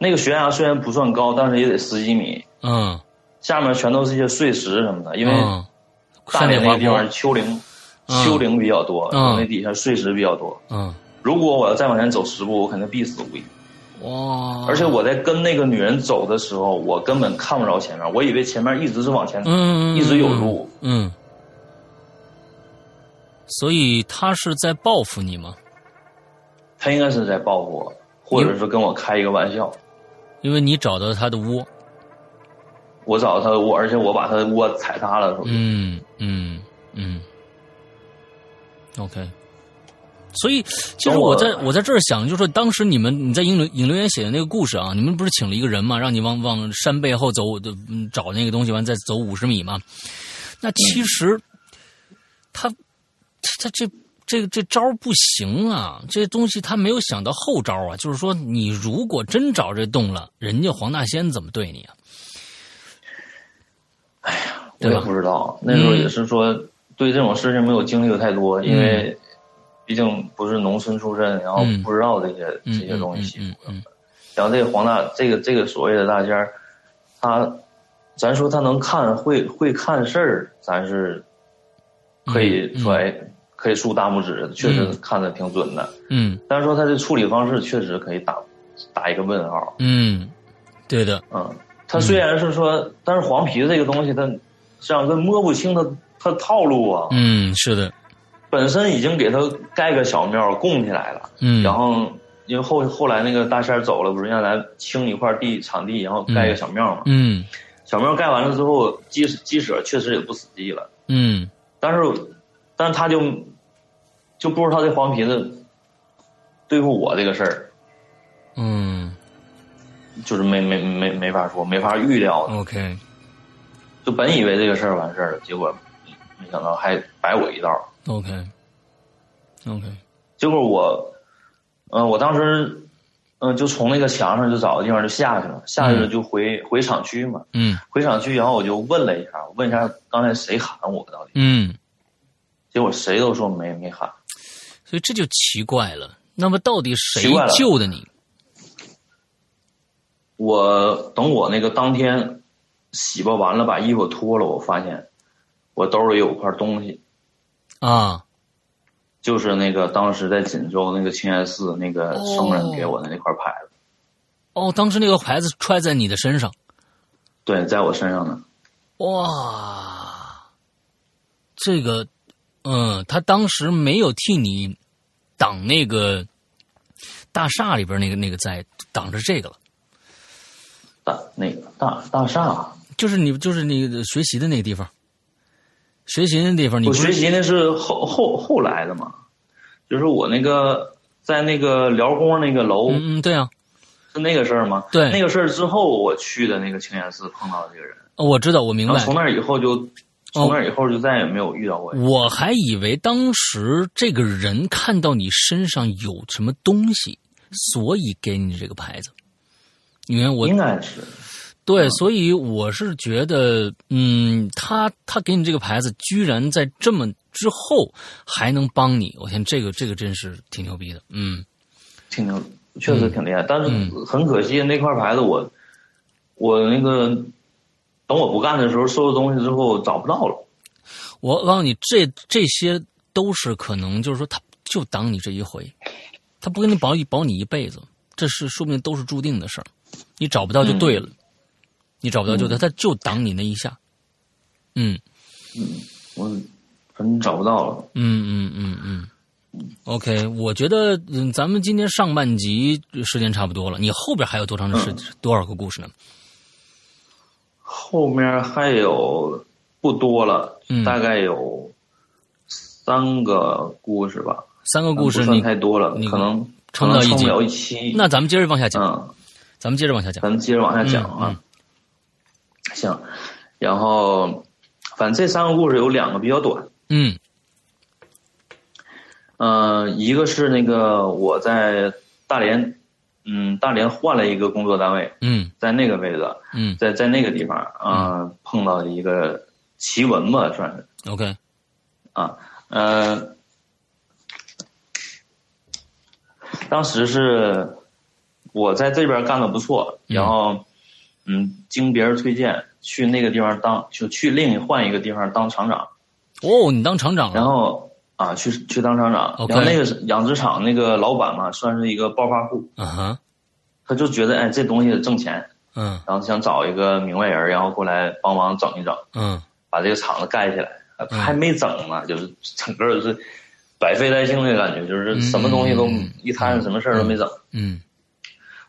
Speaker 3: 那个悬崖虽然不算高，但是也得十几米，
Speaker 2: 嗯
Speaker 3: 下面全都是一些碎石什么的，因为
Speaker 2: 嗯，
Speaker 3: 大
Speaker 2: 山里
Speaker 3: 连那
Speaker 2: 滑
Speaker 3: 个地
Speaker 2: 坡
Speaker 3: 方，丘陵，
Speaker 2: 嗯
Speaker 3: 丘陵比较多，
Speaker 2: 嗯
Speaker 3: 然后那底下碎石比较多。
Speaker 2: 嗯，
Speaker 3: 如果我要再往前走十步，我肯定必死无疑。
Speaker 2: 哇，
Speaker 3: 而且我在跟那个女人走的时候，我根本看不着前面，我以为前面一直是往前走。
Speaker 2: 嗯，嗯，嗯
Speaker 3: 一直有路，
Speaker 2: 嗯，嗯所以他是在报复你吗？
Speaker 3: 她应该是在报复我，或者是跟我开一个玩笑。
Speaker 2: 因为你找到他的窝，
Speaker 3: 我找她，我而且我把她的窝踩塌了，是不是
Speaker 2: 嗯嗯嗯，OK。所以，其实
Speaker 3: 等我
Speaker 2: 我在我在这儿想，就是说，当时你们你在影留影留言写的那个故事啊，你们不是请了一个人嘛，让你往往山背后走，就嗯找那个东西，完再走五十米嘛。那
Speaker 3: 嗯
Speaker 2: 其实他他这这这招儿不行啊，这东西他没有想到后招啊，就是说，你如果真找这洞了，人家黄大仙怎么对你啊？
Speaker 3: 我
Speaker 2: 对
Speaker 3: 也
Speaker 2: 吧
Speaker 3: 不知道。那时候
Speaker 2: 嗯
Speaker 3: 也是说，对这种事情没有经历的太多，因为毕竟不是农村出身，然后
Speaker 2: 嗯
Speaker 3: 不知道这些、
Speaker 2: 嗯
Speaker 3: 这些东西。
Speaker 2: 嗯嗯
Speaker 3: 然后这个黄大，这个这个所谓的大仙儿，他，咱说他能看会会看事儿，咱是可
Speaker 2: 嗯
Speaker 3: 以说哎，可以竖大拇指，确实看的挺准的。
Speaker 2: 嗯
Speaker 3: 但是说他这处理方式确实可以打打一个问号。
Speaker 2: 嗯嗯，对的，
Speaker 3: 嗯，他虽然是说，但是黄皮这个东西，他这样他摸不清他他套路啊，
Speaker 2: 嗯，是的，
Speaker 3: 本身已经给他盖个小庙供起来了，
Speaker 2: 嗯，
Speaker 3: 然后。因为后后来那个大仙儿走了，不是让咱清一块地场地，然后盖个小庙嘛。
Speaker 2: 嗯
Speaker 3: 小庙盖完了之后，鸡鸡舍确实也不死鸡了，
Speaker 2: 嗯
Speaker 3: 但是，但是他就就不知道这黄皮子对付我这个事儿，
Speaker 2: 嗯
Speaker 3: 就是没没没没法说，没法预料的。
Speaker 2: ，OK，
Speaker 3: 就本以为这个事儿完事儿了，结果没想到还摆我一道。
Speaker 2: OK OK，
Speaker 3: 结果我，嗯、我当时，嗯、就从那个墙上就找个地方就下去了，下去了就回、回厂区嘛，
Speaker 2: 嗯
Speaker 3: 回厂区，然后我就问了一下，问一下刚才谁喊我到底，
Speaker 2: 嗯，
Speaker 3: 结果谁都说没没喊。
Speaker 2: 所以这就奇怪了。那么到底谁
Speaker 3: 奇怪了
Speaker 2: 救的你？
Speaker 3: 我等我那个当天洗吧完了，把衣服脱了，我发现我兜里有块东西，
Speaker 2: 啊
Speaker 3: 就是那个当时在锦州那个清源寺那个僧人给我的那块牌子，
Speaker 2: 哦，当时那个牌子揣在你的身上，
Speaker 3: 对，在我身上呢。
Speaker 2: 哇，这个，嗯，他当时没有替你挡那个大厦里边那个那个灾，挡着这个了。
Speaker 3: 大那个大大厦，
Speaker 2: 就是你就是你学习的那个地方，学习的地方，你
Speaker 3: 我
Speaker 2: 不是
Speaker 3: 学习那是后后后来的嘛，就是我那个在那个辽工那个楼、
Speaker 2: 嗯嗯对啊，
Speaker 3: 是那个事儿吗？
Speaker 2: 对
Speaker 3: 那个事儿之后我去的那个清源寺碰到的这个人，
Speaker 2: 哦我知道，我明
Speaker 3: 然后
Speaker 2: 白哦
Speaker 3: 从。那以后就从那以后就再也没有遇到过。
Speaker 2: 我还以为当时这个人看到你身上有什么东西，所以给你这个牌子。因为我
Speaker 3: 应该是
Speaker 2: 对，所以我是觉得，嗯，他他给你这个牌子，居然在这么之后还能帮你，我天，这个这个真是挺牛逼的，嗯
Speaker 3: 挺牛，确实挺厉害，但是很可惜那块牌子我我那个等我不干的时候收拾东西之后找不到了。
Speaker 2: 我告诉你，这这些都是可能，就是说他就挡你这一回，他不跟你保一保你一辈子，这是说不定都是注定的事儿，你找不到就对了，
Speaker 3: 嗯
Speaker 2: 你找不到就对，他就挡你那一下，嗯
Speaker 3: 我反正找不到了，
Speaker 2: 嗯嗯嗯嗯。OK，我觉得嗯，咱们今天上半集时间差不多了，你后边还有多长时、
Speaker 3: 嗯
Speaker 2: 多少个故事呢？
Speaker 3: 后面还有不多了，
Speaker 2: 嗯
Speaker 3: 大概有三个故事吧。
Speaker 2: 三个故事
Speaker 3: 不
Speaker 2: 你
Speaker 3: 算太多了
Speaker 2: 你，
Speaker 3: 可能
Speaker 2: 撑
Speaker 3: 可
Speaker 2: 到一
Speaker 3: 能
Speaker 2: 集
Speaker 3: 撑不了一期。
Speaker 2: 那咱们接着往下讲，
Speaker 3: 嗯，
Speaker 2: 咱们接着往下讲。
Speaker 3: 咱们接着往下讲啊。
Speaker 2: 嗯
Speaker 3: 行，然后反正这三个故事有两个比较短，
Speaker 2: 嗯
Speaker 3: 呃，一个是那个我在大连，嗯，大连换了一个工作单位，
Speaker 2: 嗯
Speaker 3: 在那个位置，
Speaker 2: 嗯
Speaker 3: 在在那个地方，啊，碰到一个奇闻吧，算是
Speaker 2: 嗯，OK，
Speaker 3: 啊，呃，当时是我在这边干的不错，
Speaker 2: 嗯
Speaker 3: 然后嗯，经别人推荐去那个地方当，就去另一换一个地方当厂长，
Speaker 2: 哦，你当厂长
Speaker 3: 然
Speaker 2: 了，
Speaker 3: 后啊，去去当厂长，
Speaker 2: OK
Speaker 3: 然后那个是养殖场那个老板嘛，算是一个暴发户，
Speaker 2: 嗯哼，
Speaker 3: 他就觉得哎这东西挣钱，
Speaker 2: 嗯
Speaker 3: 然后想找一个明白人，然后过来帮忙整一整，
Speaker 2: 嗯
Speaker 3: 把这个厂子盖起来，呃
Speaker 2: 嗯
Speaker 3: 还没整呢，就是整个就是百废待兴的感觉，就是什么东西都
Speaker 2: 嗯嗯嗯
Speaker 3: 一摊，什么事儿都没整，
Speaker 2: 嗯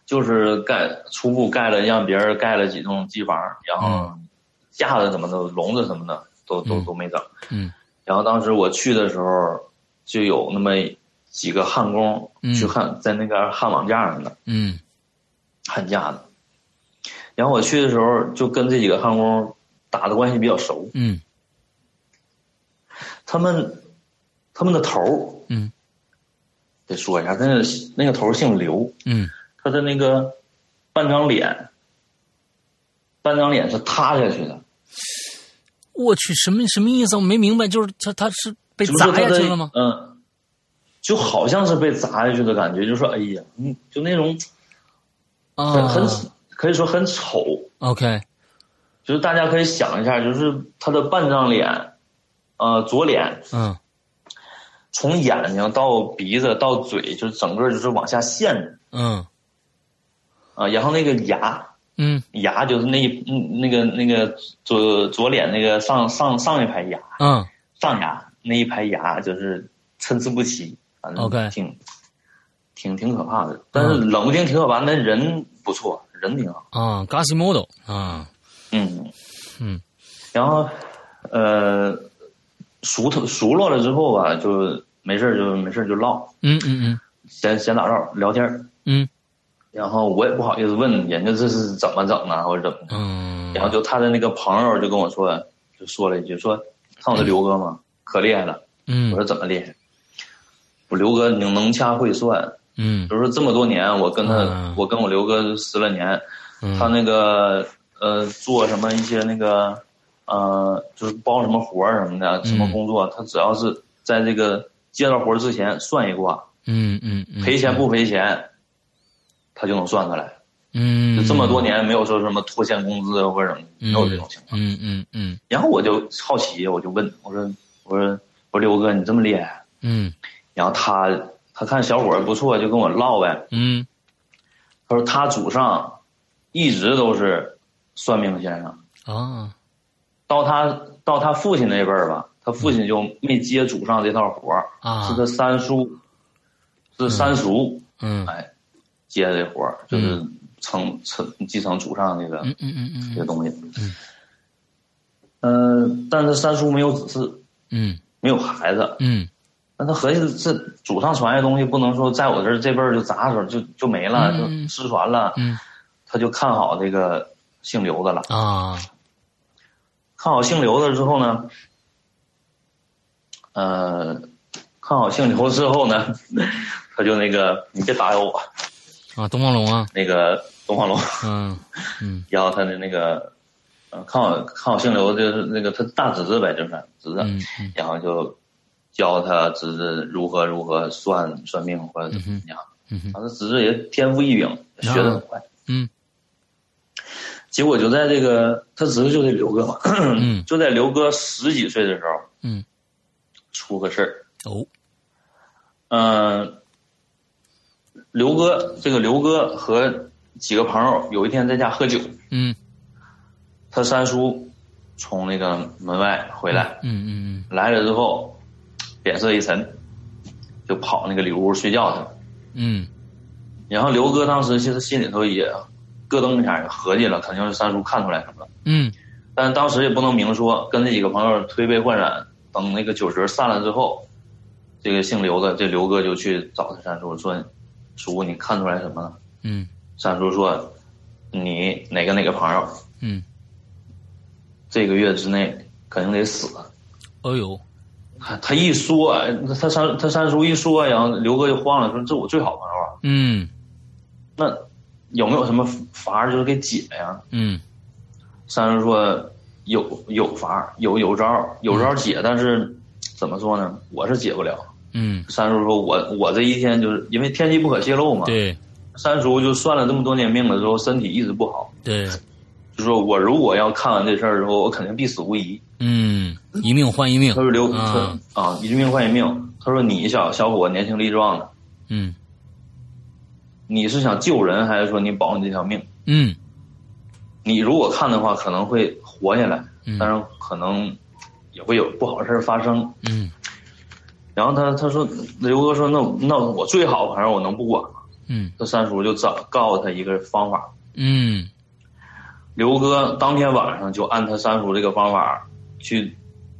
Speaker 3: 就是盖初步盖了，让别人盖了几栋机房，然后架子什么的、笼子什么的都都
Speaker 2: 嗯
Speaker 3: 都没整。
Speaker 2: 嗯
Speaker 3: 然后当时我去的时候，就有那么几个焊工
Speaker 2: 嗯
Speaker 3: 去焊，在那个焊网架上的
Speaker 2: 嗯
Speaker 3: 焊架的。然后我去的时候，就跟这几个焊工打的关系比较熟。
Speaker 2: 嗯
Speaker 3: 他们他们的头儿
Speaker 2: 嗯
Speaker 3: 得说一下，那个那个头儿姓刘，
Speaker 2: 嗯，
Speaker 3: 他的那个半张脸，半张脸是塌下去的，
Speaker 2: 我去，什么什么意思？我没明白，就是他他是被
Speaker 3: 就是
Speaker 2: 砸
Speaker 3: 说他
Speaker 2: 下
Speaker 3: 的
Speaker 2: 去了吗？
Speaker 3: 嗯，就好像是被砸下去的感觉，就说哎呀，嗯，就那种很、
Speaker 2: 啊
Speaker 3: 很可以说很丑，
Speaker 2: ，OK，
Speaker 3: 就是大家可以想一下，就是他的半张脸，呃，左脸
Speaker 2: 嗯
Speaker 3: 从眼睛到鼻子到嘴，就是整个就是往下陷着
Speaker 2: 嗯
Speaker 3: 啊、然后那个牙
Speaker 2: 嗯
Speaker 3: 牙就是那一嗯那个那个左左脸那个上上上一排牙
Speaker 2: 嗯
Speaker 3: 上牙那一排牙就是参差不齐，反正
Speaker 2: OK 嗯
Speaker 3: 挺挺挺可怕的。但是冷不丁挺可怕，那人不错，人挺好。
Speaker 2: 啊 g a s i Model 啊，
Speaker 3: 嗯
Speaker 2: 嗯，
Speaker 3: 然后呃熟透熟络了之后吧，就没事儿就没事儿就唠，
Speaker 2: 嗯嗯
Speaker 3: 闲闲打闹聊天儿。
Speaker 2: 嗯
Speaker 3: 然后我也不好意思问人家这是怎么整啊的，或者怎么的。
Speaker 2: 嗯
Speaker 3: 然后
Speaker 2: 嗯，
Speaker 3: 就他的那个朋友就跟我说，就说了一句说：“看我这刘哥吗？可厉害了。”我
Speaker 2: 嗯
Speaker 3: 说：“怎么厉害？”我刘哥能能掐会算，
Speaker 2: 嗯
Speaker 3: 就是说这么多年，我跟他，
Speaker 2: 嗯
Speaker 3: 我跟我刘哥十来年，
Speaker 2: 嗯，
Speaker 3: 他那个呃做什么一些那个呃就是包什么活儿什么的，什么
Speaker 2: 嗯
Speaker 3: 工作，他只要是在这个接到活儿之前算一卦，
Speaker 2: 嗯嗯嗯
Speaker 3: 赔钱不赔钱，他就能算出来。
Speaker 2: 嗯，
Speaker 3: 就这么多年没有说什么拖欠工资啊或者什么，没有这种情况。
Speaker 2: 嗯嗯嗯
Speaker 3: 然后我就好奇，我就问我说：“我说我说刘哥，你这么厉害
Speaker 2: 嗯？”
Speaker 3: 然后他他看小伙儿不错，就跟我唠呗。
Speaker 2: 嗯
Speaker 3: 他说他祖上一直都是算命先生，
Speaker 2: 啊
Speaker 3: 到他到他父亲那辈儿吧，他父亲就没接祖上这套活儿，
Speaker 2: 啊，
Speaker 3: 是他三叔，是三叔
Speaker 2: 嗯
Speaker 3: 接的这活儿，就是承承继承祖上这个
Speaker 2: 嗯嗯嗯
Speaker 3: 这个
Speaker 2: 嗯
Speaker 3: 东西。嗯，但是三叔没有子嗣，
Speaker 2: 嗯
Speaker 3: 没有孩子。
Speaker 2: 嗯
Speaker 3: 那他合计这祖上传下东西，不能说在我这儿这辈儿就砸手就就没了，
Speaker 2: 嗯
Speaker 3: 就失传了。
Speaker 2: 嗯
Speaker 3: 他就看好这个姓刘的了。
Speaker 2: 啊
Speaker 3: 看好姓刘的之后呢，呃，看好姓刘之后呢，他就那个你别打扰我，
Speaker 2: 啊，东方龙啊，
Speaker 3: 那个东方龙，
Speaker 2: 嗯嗯
Speaker 3: 然后他的那个呃，看好看好姓刘就是那个他大侄子呗，就是侄子，
Speaker 2: 嗯嗯
Speaker 3: 然后就教他侄子如何如何算算命或者怎么样。
Speaker 2: 嗯
Speaker 3: 然后他侄子也天赋异禀，学得很快。
Speaker 2: 嗯
Speaker 3: 结果就在这个他侄子就这刘哥嘛，
Speaker 2: 嗯
Speaker 3: 就在刘哥十几岁的时候
Speaker 2: 嗯
Speaker 3: 出个事儿。
Speaker 2: 哦
Speaker 3: 嗯、刘哥这个刘哥和几个朋友有一天在家喝酒，
Speaker 2: 嗯
Speaker 3: 他三叔从那个门外回来，
Speaker 2: 嗯嗯
Speaker 3: 来了之后脸色一沉，就跑那个里屋睡觉去了。
Speaker 2: 嗯
Speaker 3: 然后刘哥当时其实心里头也咯噔一下，也合计了，肯定是三叔看出来什么了。
Speaker 2: 嗯
Speaker 3: 但是当时也不能明说，跟那几个朋友推杯换盏，等那个酒局散了之后，这个姓刘的这刘哥就去找他三叔说：“叔，你看出来什么了
Speaker 2: 嗯？”
Speaker 3: 三叔说：“你哪个哪个朋友
Speaker 2: 嗯，
Speaker 3: 这个月之内肯定得死，啊
Speaker 2: 哦呦
Speaker 3: 看他一说，啊他三他三叔一说，啊然后刘哥就慌了，说这我最好朋友啊，
Speaker 2: 嗯
Speaker 3: 那有没有什么法儿就是给解呀？
Speaker 2: 嗯
Speaker 3: 三叔说有有法儿，有有招儿，有招儿解，但是怎么说呢？我是解不了。
Speaker 2: 嗯，
Speaker 3: 三叔说我我这一天就是因为天机不可泄露嘛，
Speaker 2: 对
Speaker 3: 三叔就算了这么多年命了之后，身体一直不好，
Speaker 2: 对，
Speaker 3: 就说我如果要看完这事儿之后，我肯定必死无疑。
Speaker 2: 嗯，一命换一命
Speaker 3: 他，说刘
Speaker 2: 啊
Speaker 3: 他啊，一命换一命。他说你小小伙年轻力壮的，
Speaker 2: 嗯
Speaker 3: 你是想救人还是说你保你这条命？
Speaker 2: 嗯
Speaker 3: 你如果看的话，可能会活下来，
Speaker 2: 嗯
Speaker 3: 但是可能也会有不好的事儿发生。
Speaker 2: 嗯
Speaker 3: 然后他他说刘哥说那那我最好的朋友我能不管吗？
Speaker 2: 嗯
Speaker 3: 这三叔就找告诉他一个方法，
Speaker 2: 嗯
Speaker 3: 刘哥当天晚上就按他三叔这个方法去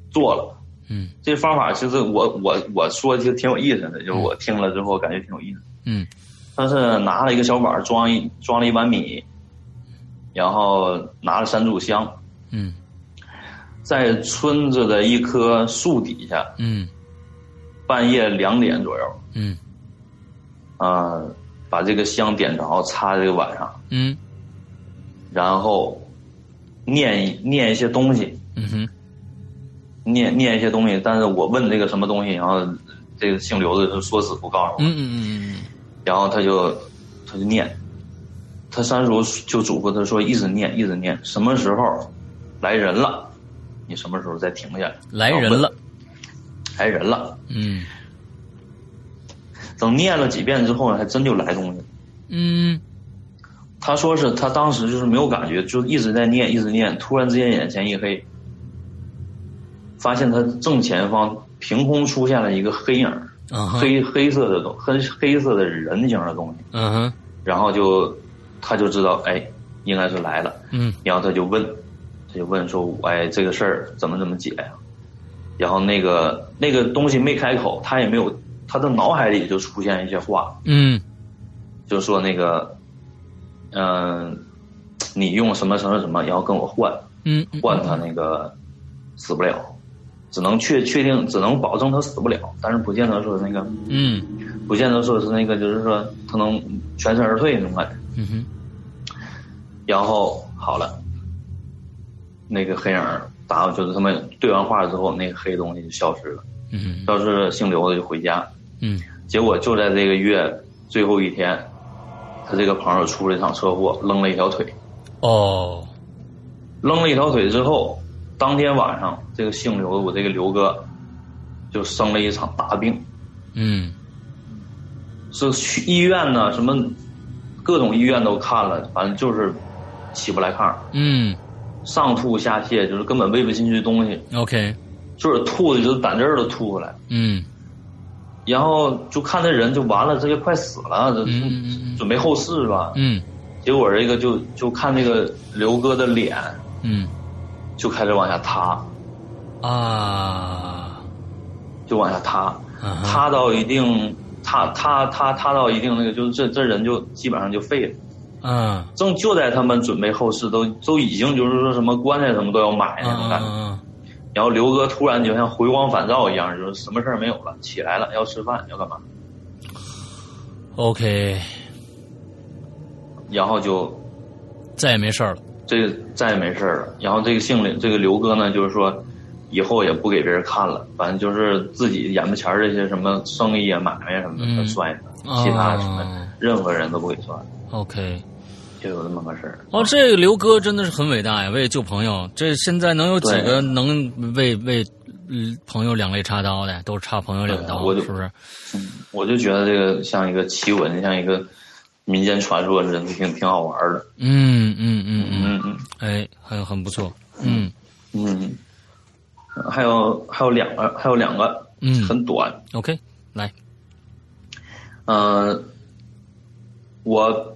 Speaker 3: 做了。
Speaker 2: 嗯
Speaker 3: 这方法其实我我我说就挺有意思的，就是我听了之后感觉挺有意思的。
Speaker 2: 嗯
Speaker 3: 他是拿了一个小碗装一装了一碗米，然后拿了三炷香，
Speaker 2: 嗯
Speaker 3: 在村子的一棵树底下，
Speaker 2: 嗯
Speaker 3: 半夜两点左右
Speaker 2: 嗯
Speaker 3: 啊、把这个香点着，插这个碗上。
Speaker 2: 嗯
Speaker 3: 然后念一念一些东西，
Speaker 2: 嗯哼，
Speaker 3: 念念一些东西。但是我问这个什么东西，然后这个姓刘的就说死不告诉我，
Speaker 2: 嗯嗯
Speaker 3: 然后他就他就念，他三叔就嘱咐他说一直念一直念，什么时候来人了，你什么时候再停下来。
Speaker 2: 嗯，来人了，
Speaker 3: 来人了，
Speaker 2: 嗯
Speaker 3: 等念了几遍之后呢，还真就来东西了。
Speaker 2: 嗯
Speaker 3: 他说是他当时就是没有感觉，就一直在念，一直念，突然之间眼前一黑，发现他正前方凭空出现了一个黑影儿，
Speaker 2: 啊哈，
Speaker 3: 黑黑色的东黑黑色的人形的东西，
Speaker 2: 嗯哼，
Speaker 3: 然后就他就知道哎应该是来了，
Speaker 2: 嗯
Speaker 3: 然后他就问，他就问说哎这个事儿怎么怎么解呀、然后那个那个东西没开口，他也没有他的脑海里就出现一些话，
Speaker 2: 嗯
Speaker 3: 就说那个，嗯、你用什么什么什么，然后跟我换
Speaker 2: 嗯嗯
Speaker 3: 换他那个死不了，只能确确定，只能保证他死不了，但是不见得说是那个，
Speaker 2: 嗯
Speaker 3: 不见得说是那个，就是说他能全身而退那种感觉。
Speaker 2: 嗯哼，
Speaker 3: 然后好了，那个黑影儿打就是他们对完话之后，那个黑东西就消失了，
Speaker 2: 嗯
Speaker 3: 消失了，姓刘的就回家。
Speaker 2: 嗯
Speaker 3: 结果就在这个月最后一天，他这个朋友出了一场车祸，扔了一条腿。
Speaker 2: 哦，
Speaker 3: 扔了一条腿之后，当天晚上，这个姓刘的我这个刘哥就生了一场大病，
Speaker 2: 嗯
Speaker 3: 是去医院呢，什么各种医院都看了，反正就是起不来炕，
Speaker 2: 嗯
Speaker 3: 上吐下泻，就是根本喂不进去东西，
Speaker 2: ，OK，
Speaker 3: 就是吐的就是胆汁儿都吐出来，
Speaker 2: 嗯
Speaker 3: 然后就看这人就完了，这就快死了，这
Speaker 2: 嗯嗯嗯
Speaker 3: 准备后事吧。
Speaker 2: 嗯
Speaker 3: 结果这个就就看这个刘哥的脸
Speaker 2: 嗯
Speaker 3: 就开始往下塌，
Speaker 2: 啊，
Speaker 3: 就往下塌。
Speaker 2: 啊哈，
Speaker 3: 塌到一定，塌塌塌塌到一定那个，就是这这人就基本上就废了。
Speaker 2: 嗯。
Speaker 3: 正就在他们准备后事，都都已经就是说什么棺材什么都要买那种感觉。
Speaker 2: 啊
Speaker 3: 然后刘哥突然就像回光返照一样，就是什么事儿没有了，起来了要吃饭要干嘛，
Speaker 2: ，OK，
Speaker 3: 然后就
Speaker 2: 再也没事儿了。
Speaker 3: 这个再也没事儿了。然后这个姓刘这个刘哥呢，就是说。以后也不给别人看了，反正就是自己眼巴前儿这些什么生意啊、买卖啊什么的，他
Speaker 2: 嗯哦
Speaker 3: 算一
Speaker 2: 啊
Speaker 3: 算，其他什么任何人都不给算，
Speaker 2: OK，
Speaker 3: 就有这么个事儿。
Speaker 2: 哦，这个刘哥真的是很伟大呀，为了救朋友，这现在能有几
Speaker 3: 对
Speaker 2: 个能为为嗯朋友两肋插刀的，都是插朋友两刀，
Speaker 3: 对我就是
Speaker 2: 不是？
Speaker 3: 我就觉得这个像一个奇闻，像一个民间传说似的，挺挺好玩儿的。
Speaker 2: 嗯嗯嗯嗯，
Speaker 3: 嗯嗯
Speaker 2: 哎，很很不错。嗯
Speaker 3: 嗯，还有还有两个，还有两个，
Speaker 2: 嗯
Speaker 3: 很短。
Speaker 2: ，OK，来，
Speaker 3: 嗯、我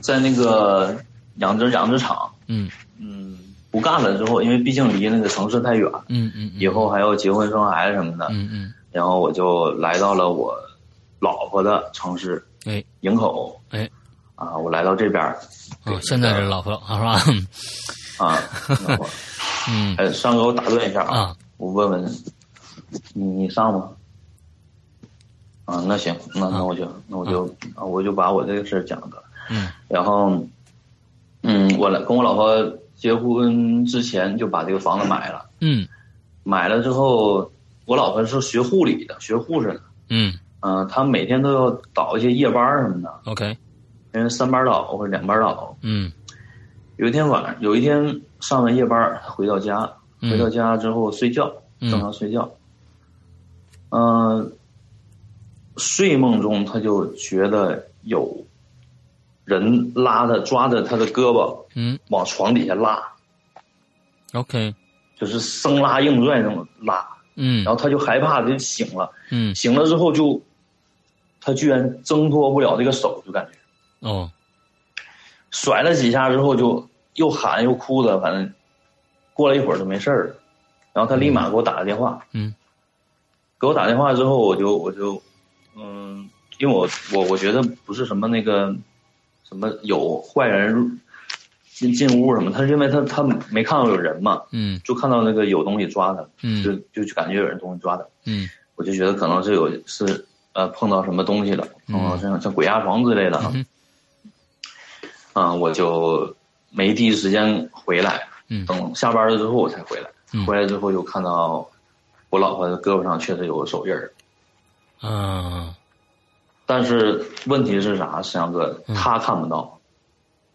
Speaker 3: 在那个养殖养殖场，
Speaker 2: 嗯
Speaker 3: 嗯，不干了之后，因为毕竟离那个城市太远，
Speaker 2: 嗯嗯，
Speaker 3: 以后还要结婚生孩子什么的，
Speaker 2: 嗯嗯，
Speaker 3: 然后我就来到了我老婆的城市
Speaker 2: 哎
Speaker 3: 营口
Speaker 2: 哎，
Speaker 3: 啊，我来到这边儿
Speaker 2: 啊，现在是老婆了，是吧？ [laughs]
Speaker 3: 啊，然后
Speaker 2: 嗯
Speaker 3: 哎，上哥，我打断一下
Speaker 2: 啊，
Speaker 3: 我问问，你你上吗？啊，那行，那那我就那我就啊，我就把我这个事儿讲了。
Speaker 2: 嗯
Speaker 3: 然后，嗯，我来跟我老婆结婚之前就把这个房子买了。
Speaker 2: 嗯
Speaker 3: 买了之后，我老婆是学护理的，学护士的。
Speaker 2: 嗯
Speaker 3: 嗯、她每天都要倒一些夜班儿什么的，
Speaker 2: ，OK，
Speaker 3: 因为三班倒或者两班倒。
Speaker 2: 嗯
Speaker 3: 有一天晚上，有一天上完夜班儿，她回到家，
Speaker 2: 嗯
Speaker 3: 回到家之后睡觉，
Speaker 2: 嗯
Speaker 3: 正常睡觉。嗯、睡梦中她就觉得有人拉她，抓着她的胳膊
Speaker 2: 嗯
Speaker 3: 往床底下拉，
Speaker 2: ，OK，
Speaker 3: 就是生拉硬拽那种拉。
Speaker 2: 嗯，
Speaker 3: 然后她就害怕，她就醒了。
Speaker 2: 嗯
Speaker 3: 醒了之后就，她居然挣脱不了这个手，就感觉
Speaker 2: 哦
Speaker 3: 甩了几下之后就又喊又哭的，反正过了一会儿就没事儿了。然后她立马给我打个电话，
Speaker 2: 嗯，
Speaker 3: 给我打电话之后，我就我就嗯，因为我我我觉得不是什么那个什么有坏人入进进屋什么，她是因为她她没看到有人嘛，
Speaker 2: 嗯
Speaker 3: 就看到那个有东西抓她，
Speaker 2: 嗯
Speaker 3: 就就就感觉有人东西抓她。
Speaker 2: 嗯
Speaker 3: 我就觉得可能是有是呃碰到什么东西了，碰到像像鬼压床之类的啊
Speaker 2: 嗯，
Speaker 3: 啊，我就没第一时间回来，
Speaker 2: 嗯
Speaker 3: 等下班了之后我才回来
Speaker 2: 嗯，
Speaker 3: 回来之后就看到我老婆的胳膊上确实有个手印儿，
Speaker 2: 啊
Speaker 3: 但是问题是啥，石阳哥，
Speaker 2: 嗯
Speaker 3: 她看不到，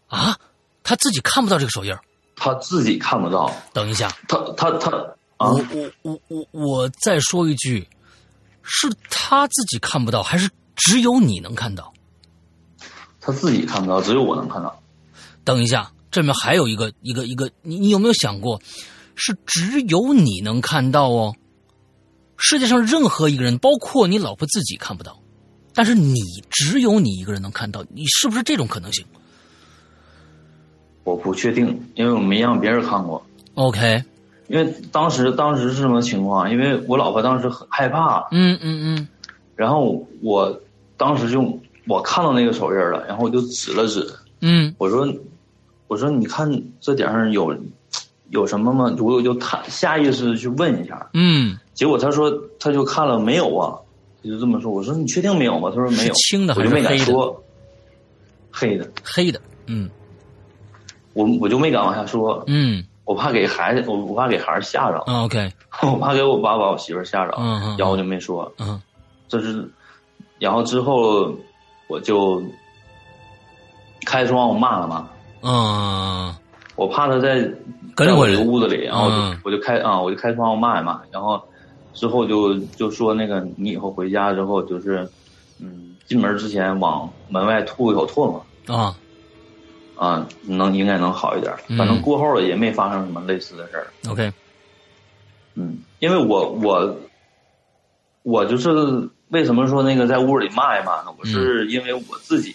Speaker 2: 啊，他自己看不到这个手印儿。
Speaker 3: 她自己看不到，
Speaker 2: 等一下，
Speaker 3: 她她她
Speaker 2: 我，
Speaker 3: 啊
Speaker 2: 我我我我再说一句，是他自己看不到，还是只有你能看到？
Speaker 3: 她自己看不到，只有我能看到，
Speaker 2: 等一下，这里面还有一个一个一个，你你有没有想过，是只有你能看到哦？世界上任何一个人，包括你老婆自己看不到，但是你只有你一个人能看到，你是不是这种可能性
Speaker 3: 我不确定，因为我没让别人看过。
Speaker 2: ？OK，
Speaker 3: 因为当时当时是什么情况？因为我老婆当时很害怕，
Speaker 2: 嗯嗯嗯
Speaker 3: 然后我当时就我看到那个手印儿了，然后我就指了指，
Speaker 2: 嗯
Speaker 3: 我说我说你看这点儿上有有什么吗？我就探下意识地去问一下，
Speaker 2: 嗯，
Speaker 3: 结果他说他就看了没有啊，他就这么说。我说你确定没有吗？他说没
Speaker 2: 是
Speaker 3: 有，
Speaker 2: 青的
Speaker 3: 我
Speaker 2: 还
Speaker 3: 就是没敢
Speaker 2: 黑的？
Speaker 3: 说。黑的，
Speaker 2: 黑的，嗯
Speaker 3: 我我就没敢往下说，
Speaker 2: 嗯
Speaker 3: 我怕给孩子，我我怕给孩子吓着， [laughs]
Speaker 2: 啊，OK，
Speaker 3: 我怕给我爸把我媳妇儿吓着，
Speaker 2: 嗯嗯
Speaker 3: 然后我就没说。
Speaker 2: 嗯
Speaker 3: 这是，然后之后我就开始往我骂了嘛，
Speaker 2: 嗯
Speaker 3: 我怕他在
Speaker 2: 跟
Speaker 3: 在
Speaker 2: 着
Speaker 3: 我
Speaker 2: 我
Speaker 3: 这个屋子里，然后我就、
Speaker 2: 嗯
Speaker 3: 我就开啊，我就开始往我骂一骂，然后之后就就说那个你以后回家之后就是，嗯，进门之前往门外吐一口唾沫
Speaker 2: 啊
Speaker 3: 啊，能应该能好一点，
Speaker 2: 嗯
Speaker 3: 反正过后也没发生什么类似的事儿，
Speaker 2: ，OK，
Speaker 3: 嗯，因为我我我就是为什么说那个在屋里骂一骂呢？我是因为我自己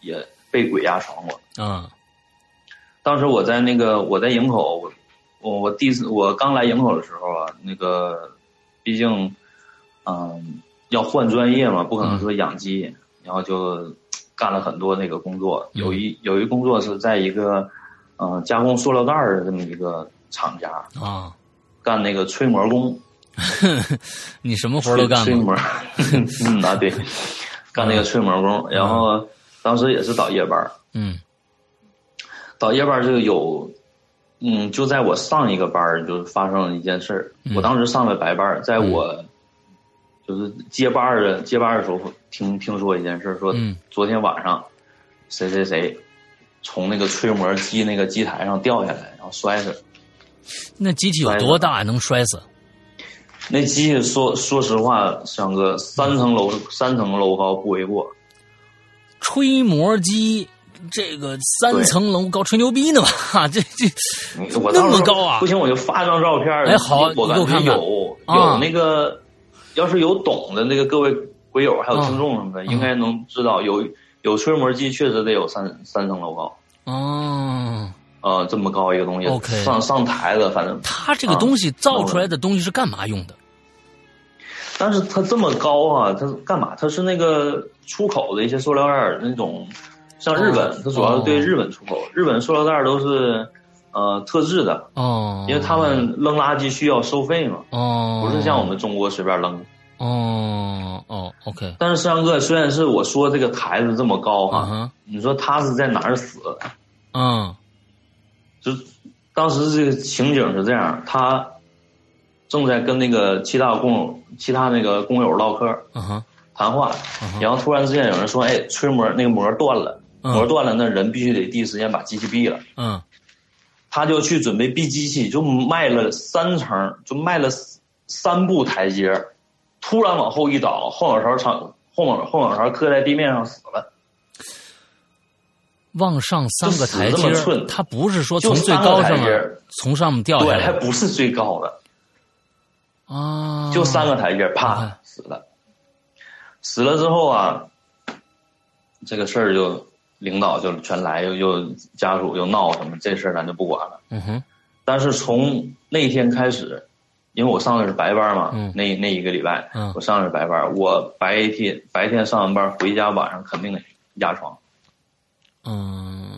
Speaker 3: 也被鬼压床过。
Speaker 2: 啊
Speaker 3: 当时我在那个我在营口，我我我第一次我刚来营口的时候啊，那个毕竟嗯、要换专业嘛，不可能说养鸡，然后就干了很多那个工作。
Speaker 2: 嗯
Speaker 3: 有一有一工作是在一个嗯、呃加工塑料袋儿的这么一个厂家
Speaker 2: 啊， [laughs]
Speaker 3: 干那个吹膜工。
Speaker 2: 你什么活儿都干
Speaker 3: 吹
Speaker 2: 过，
Speaker 3: 膜， [laughs] 嗯啊对，干那个吹膜工，然后当时也是倒夜班儿，
Speaker 2: 嗯
Speaker 3: 倒夜班儿就有，嗯，就在我上一个班儿就发生了一件事儿，
Speaker 2: 嗯
Speaker 3: 我当时上的白班儿，在我就是接班儿的接班儿的时候听听说一件事儿，说
Speaker 2: 嗯
Speaker 3: 昨天晚上谁谁谁从那个吹膜机那个机台上掉下来，然后摔死了。
Speaker 2: 那机器有多大能摔死？
Speaker 3: 那机器说说实话，像个三层楼三层楼高不为过，
Speaker 2: 吹膜机这个三层楼高，吹牛逼呢吧？ [laughs] 这这
Speaker 3: 我
Speaker 2: 那
Speaker 3: 到时
Speaker 2: 么
Speaker 3: 候
Speaker 2: 高啊
Speaker 3: 不！行，我就发张照片儿。
Speaker 2: 哎好
Speaker 3: 我
Speaker 2: 你
Speaker 3: 感
Speaker 2: 给我
Speaker 3: 觉
Speaker 2: 看看
Speaker 3: 有
Speaker 2: 啊
Speaker 3: 有那个，要是有懂的那个各位鬼友还有
Speaker 2: 啊
Speaker 3: 听众什么的，应该能知道有有吹膜机确实得有三三层楼高，
Speaker 2: 哦，
Speaker 3: 呃，这么高一个东西
Speaker 2: OK
Speaker 3: 上上台子，反正，
Speaker 2: 它这个东西造出来的东西是干嘛用的？
Speaker 3: 但是它这么高啊，它干嘛？它是那个出口的一些塑料袋儿那种，像日本
Speaker 2: 哦，
Speaker 3: 它主要是对日本出口，日本塑料袋儿都是呃特制的，
Speaker 2: 哦，
Speaker 3: 因为他们扔垃圾需要收费嘛，
Speaker 2: 哦，
Speaker 3: 不是像我们中国随便扔。
Speaker 2: 哦哦，OK，
Speaker 3: 但是摄像哥虽然是我说这个台子这么高
Speaker 2: 啊
Speaker 3: 哈，
Speaker 2: 哈，
Speaker 3: 你说他是在哪儿死的？
Speaker 2: 嗯
Speaker 3: 就是当时这个情景是这样，他正在跟那个其他工友、其他那个工友唠嗑
Speaker 2: 嗯哼，嗯
Speaker 3: 谈话，然后突然之间有人说：“哎，吹膜那个膜断了，膜
Speaker 2: 嗯
Speaker 3: 断了，那人必须得第一时间把机器闭了。”
Speaker 2: 嗯
Speaker 3: 他就去准备闭机器，就迈了三层，就迈了三步台阶，突然往后一倒，后脑勺长后脑后脑勺磕在地面上死了。
Speaker 2: 往上三个台阶
Speaker 3: 就死这么
Speaker 2: 儿，
Speaker 3: 寸
Speaker 2: 它不是说
Speaker 3: 就
Speaker 2: 从最
Speaker 3: 三个
Speaker 2: 高上
Speaker 3: 台阶
Speaker 2: 面
Speaker 3: 儿
Speaker 2: 从上面掉下
Speaker 3: 对，还
Speaker 2: 来
Speaker 3: 不是最高的，
Speaker 2: 啊，
Speaker 3: 就三个台阶，
Speaker 2: 嗯
Speaker 3: 啪死了。死了之后啊，这个事儿就领导就全来，又又家属又闹什么，这事儿咱就不管了。
Speaker 2: 嗯哼，
Speaker 3: 但是从那天开始，因为我上的是白班嘛，
Speaker 2: 嗯
Speaker 3: 那那一个礼拜，
Speaker 2: 嗯
Speaker 3: 我上的是白班，我白天白天上完班回家，晚上肯定得压床，
Speaker 2: 嗯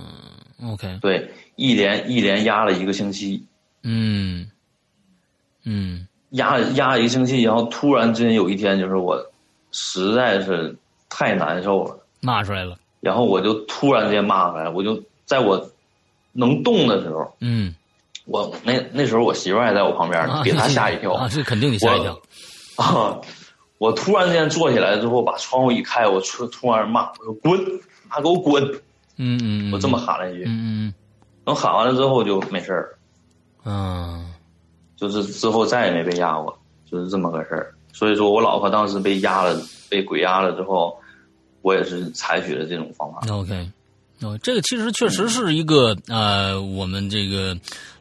Speaker 2: ，OK，
Speaker 3: 对，一连一连压了一个星期，
Speaker 2: 嗯嗯
Speaker 3: 压压了一个星期，然后突然之间有一天，就是我实在是太难受了，
Speaker 2: 骂出来了，
Speaker 3: 然后我就突然之间骂出来了，我就在我能动的时候，
Speaker 2: 嗯，
Speaker 3: 我那那时候我媳妇儿还在我旁边呢，
Speaker 2: 啊
Speaker 3: 给她吓一跳，
Speaker 2: 啊，这肯定得吓一跳，
Speaker 3: 啊！我突然间坐起来之后，把窗户一开，我突突然骂，我说滚，妈给我滚！
Speaker 2: 嗯嗯，嗯
Speaker 3: 我这么，喊了一句，
Speaker 2: 嗯嗯
Speaker 3: 等喊完了之后就没事儿，
Speaker 2: 嗯嗯，
Speaker 3: 就是之后再也没被压过，就是这么个事儿。所以说我老婆当时被压了，被鬼压了之后，我也是采取了这种方法。
Speaker 2: 那 OK，哦，这个其实确
Speaker 3: 嗯
Speaker 2: 实是一个、呃，我们这个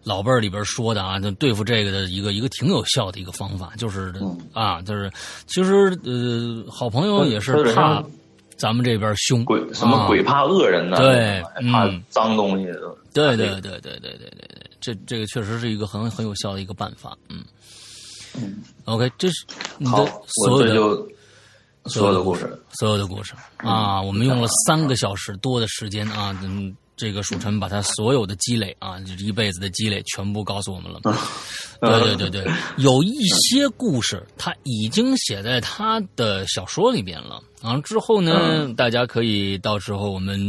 Speaker 2: 老辈儿里边说的啊，就对付这个的一个一个挺有效的一个方法，就是、
Speaker 3: 嗯
Speaker 2: 啊，就是其实呃，好朋友
Speaker 3: 或
Speaker 2: 也是
Speaker 3: 或者
Speaker 2: 怕
Speaker 3: 像
Speaker 2: 咱们这边凶，
Speaker 3: 鬼什么鬼怕恶人呐、
Speaker 2: 啊对
Speaker 3: 还怕
Speaker 2: 嗯
Speaker 3: 脏东西的。
Speaker 2: 对对对对对对对对，这这个确实是一个很很有效的一个办法，嗯。OK，这是你
Speaker 3: 嗯好
Speaker 2: 的，所
Speaker 3: 我
Speaker 2: 有
Speaker 3: 这
Speaker 2: 的
Speaker 3: 就所有的故事。
Speaker 2: 所有的故事啊，我们用了三个小时多的时间啊，嗯，这个蜀臣把他所有的积累啊，就是一辈子的积累全部告诉我们了。对对对对，有一些故事他已经写在他的小说里边了。然后之后呢，大家可以到时候我们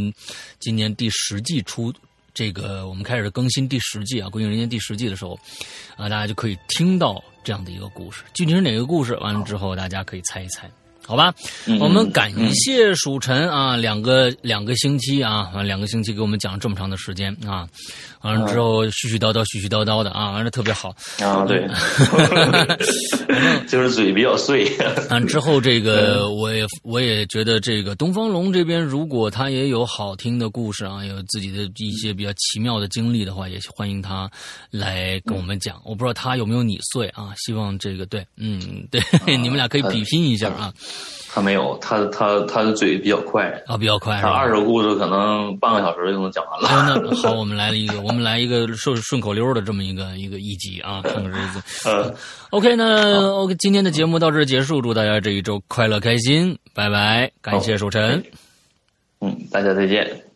Speaker 2: 今年第十季出。这个我们开始更新第十季啊，《归隐人间》第十季的时候，啊，大家就可以听到这样的一个故事。具体是哪个故事，完了之后大家可以猜一猜，好吧？
Speaker 3: 嗯
Speaker 2: 我们感
Speaker 3: 嗯
Speaker 2: 谢蜀臣啊，两个两个星期啊，啊两个星期给我们讲了这么长的时间啊，完了之后絮絮叨叨、絮絮叨叨的啊，完了特别好。
Speaker 3: 啊，对，
Speaker 2: 嗯
Speaker 3: [laughs] 就是嘴比较碎。
Speaker 2: 完之后这个
Speaker 3: 嗯
Speaker 2: 我也我也觉得这个东方龙这边如果他也有好听的故事啊，有自己的一些比较奇妙的经历的话，也欢迎他来跟我们讲。我不知道他有没有你碎啊，希望这个对，嗯，对，
Speaker 3: 啊
Speaker 2: [laughs] 你们俩可以比拼一下啊，
Speaker 3: 他没有，他他他的嘴比较快，
Speaker 2: 啊，比较快是
Speaker 3: 他
Speaker 2: 吧？
Speaker 3: 二手故事可能半个小时就能讲完了。
Speaker 2: 哎，那好，我们来了一个，我们来一个顺顺口溜的这么一个一个一集啊，上个日子。
Speaker 3: 呃，
Speaker 2: OK，那 OK，今天的节目到这儿结束，祝大家这一周快乐开心，拜拜，感谢守晨。
Speaker 3: [laughs] 嗯，大家再见。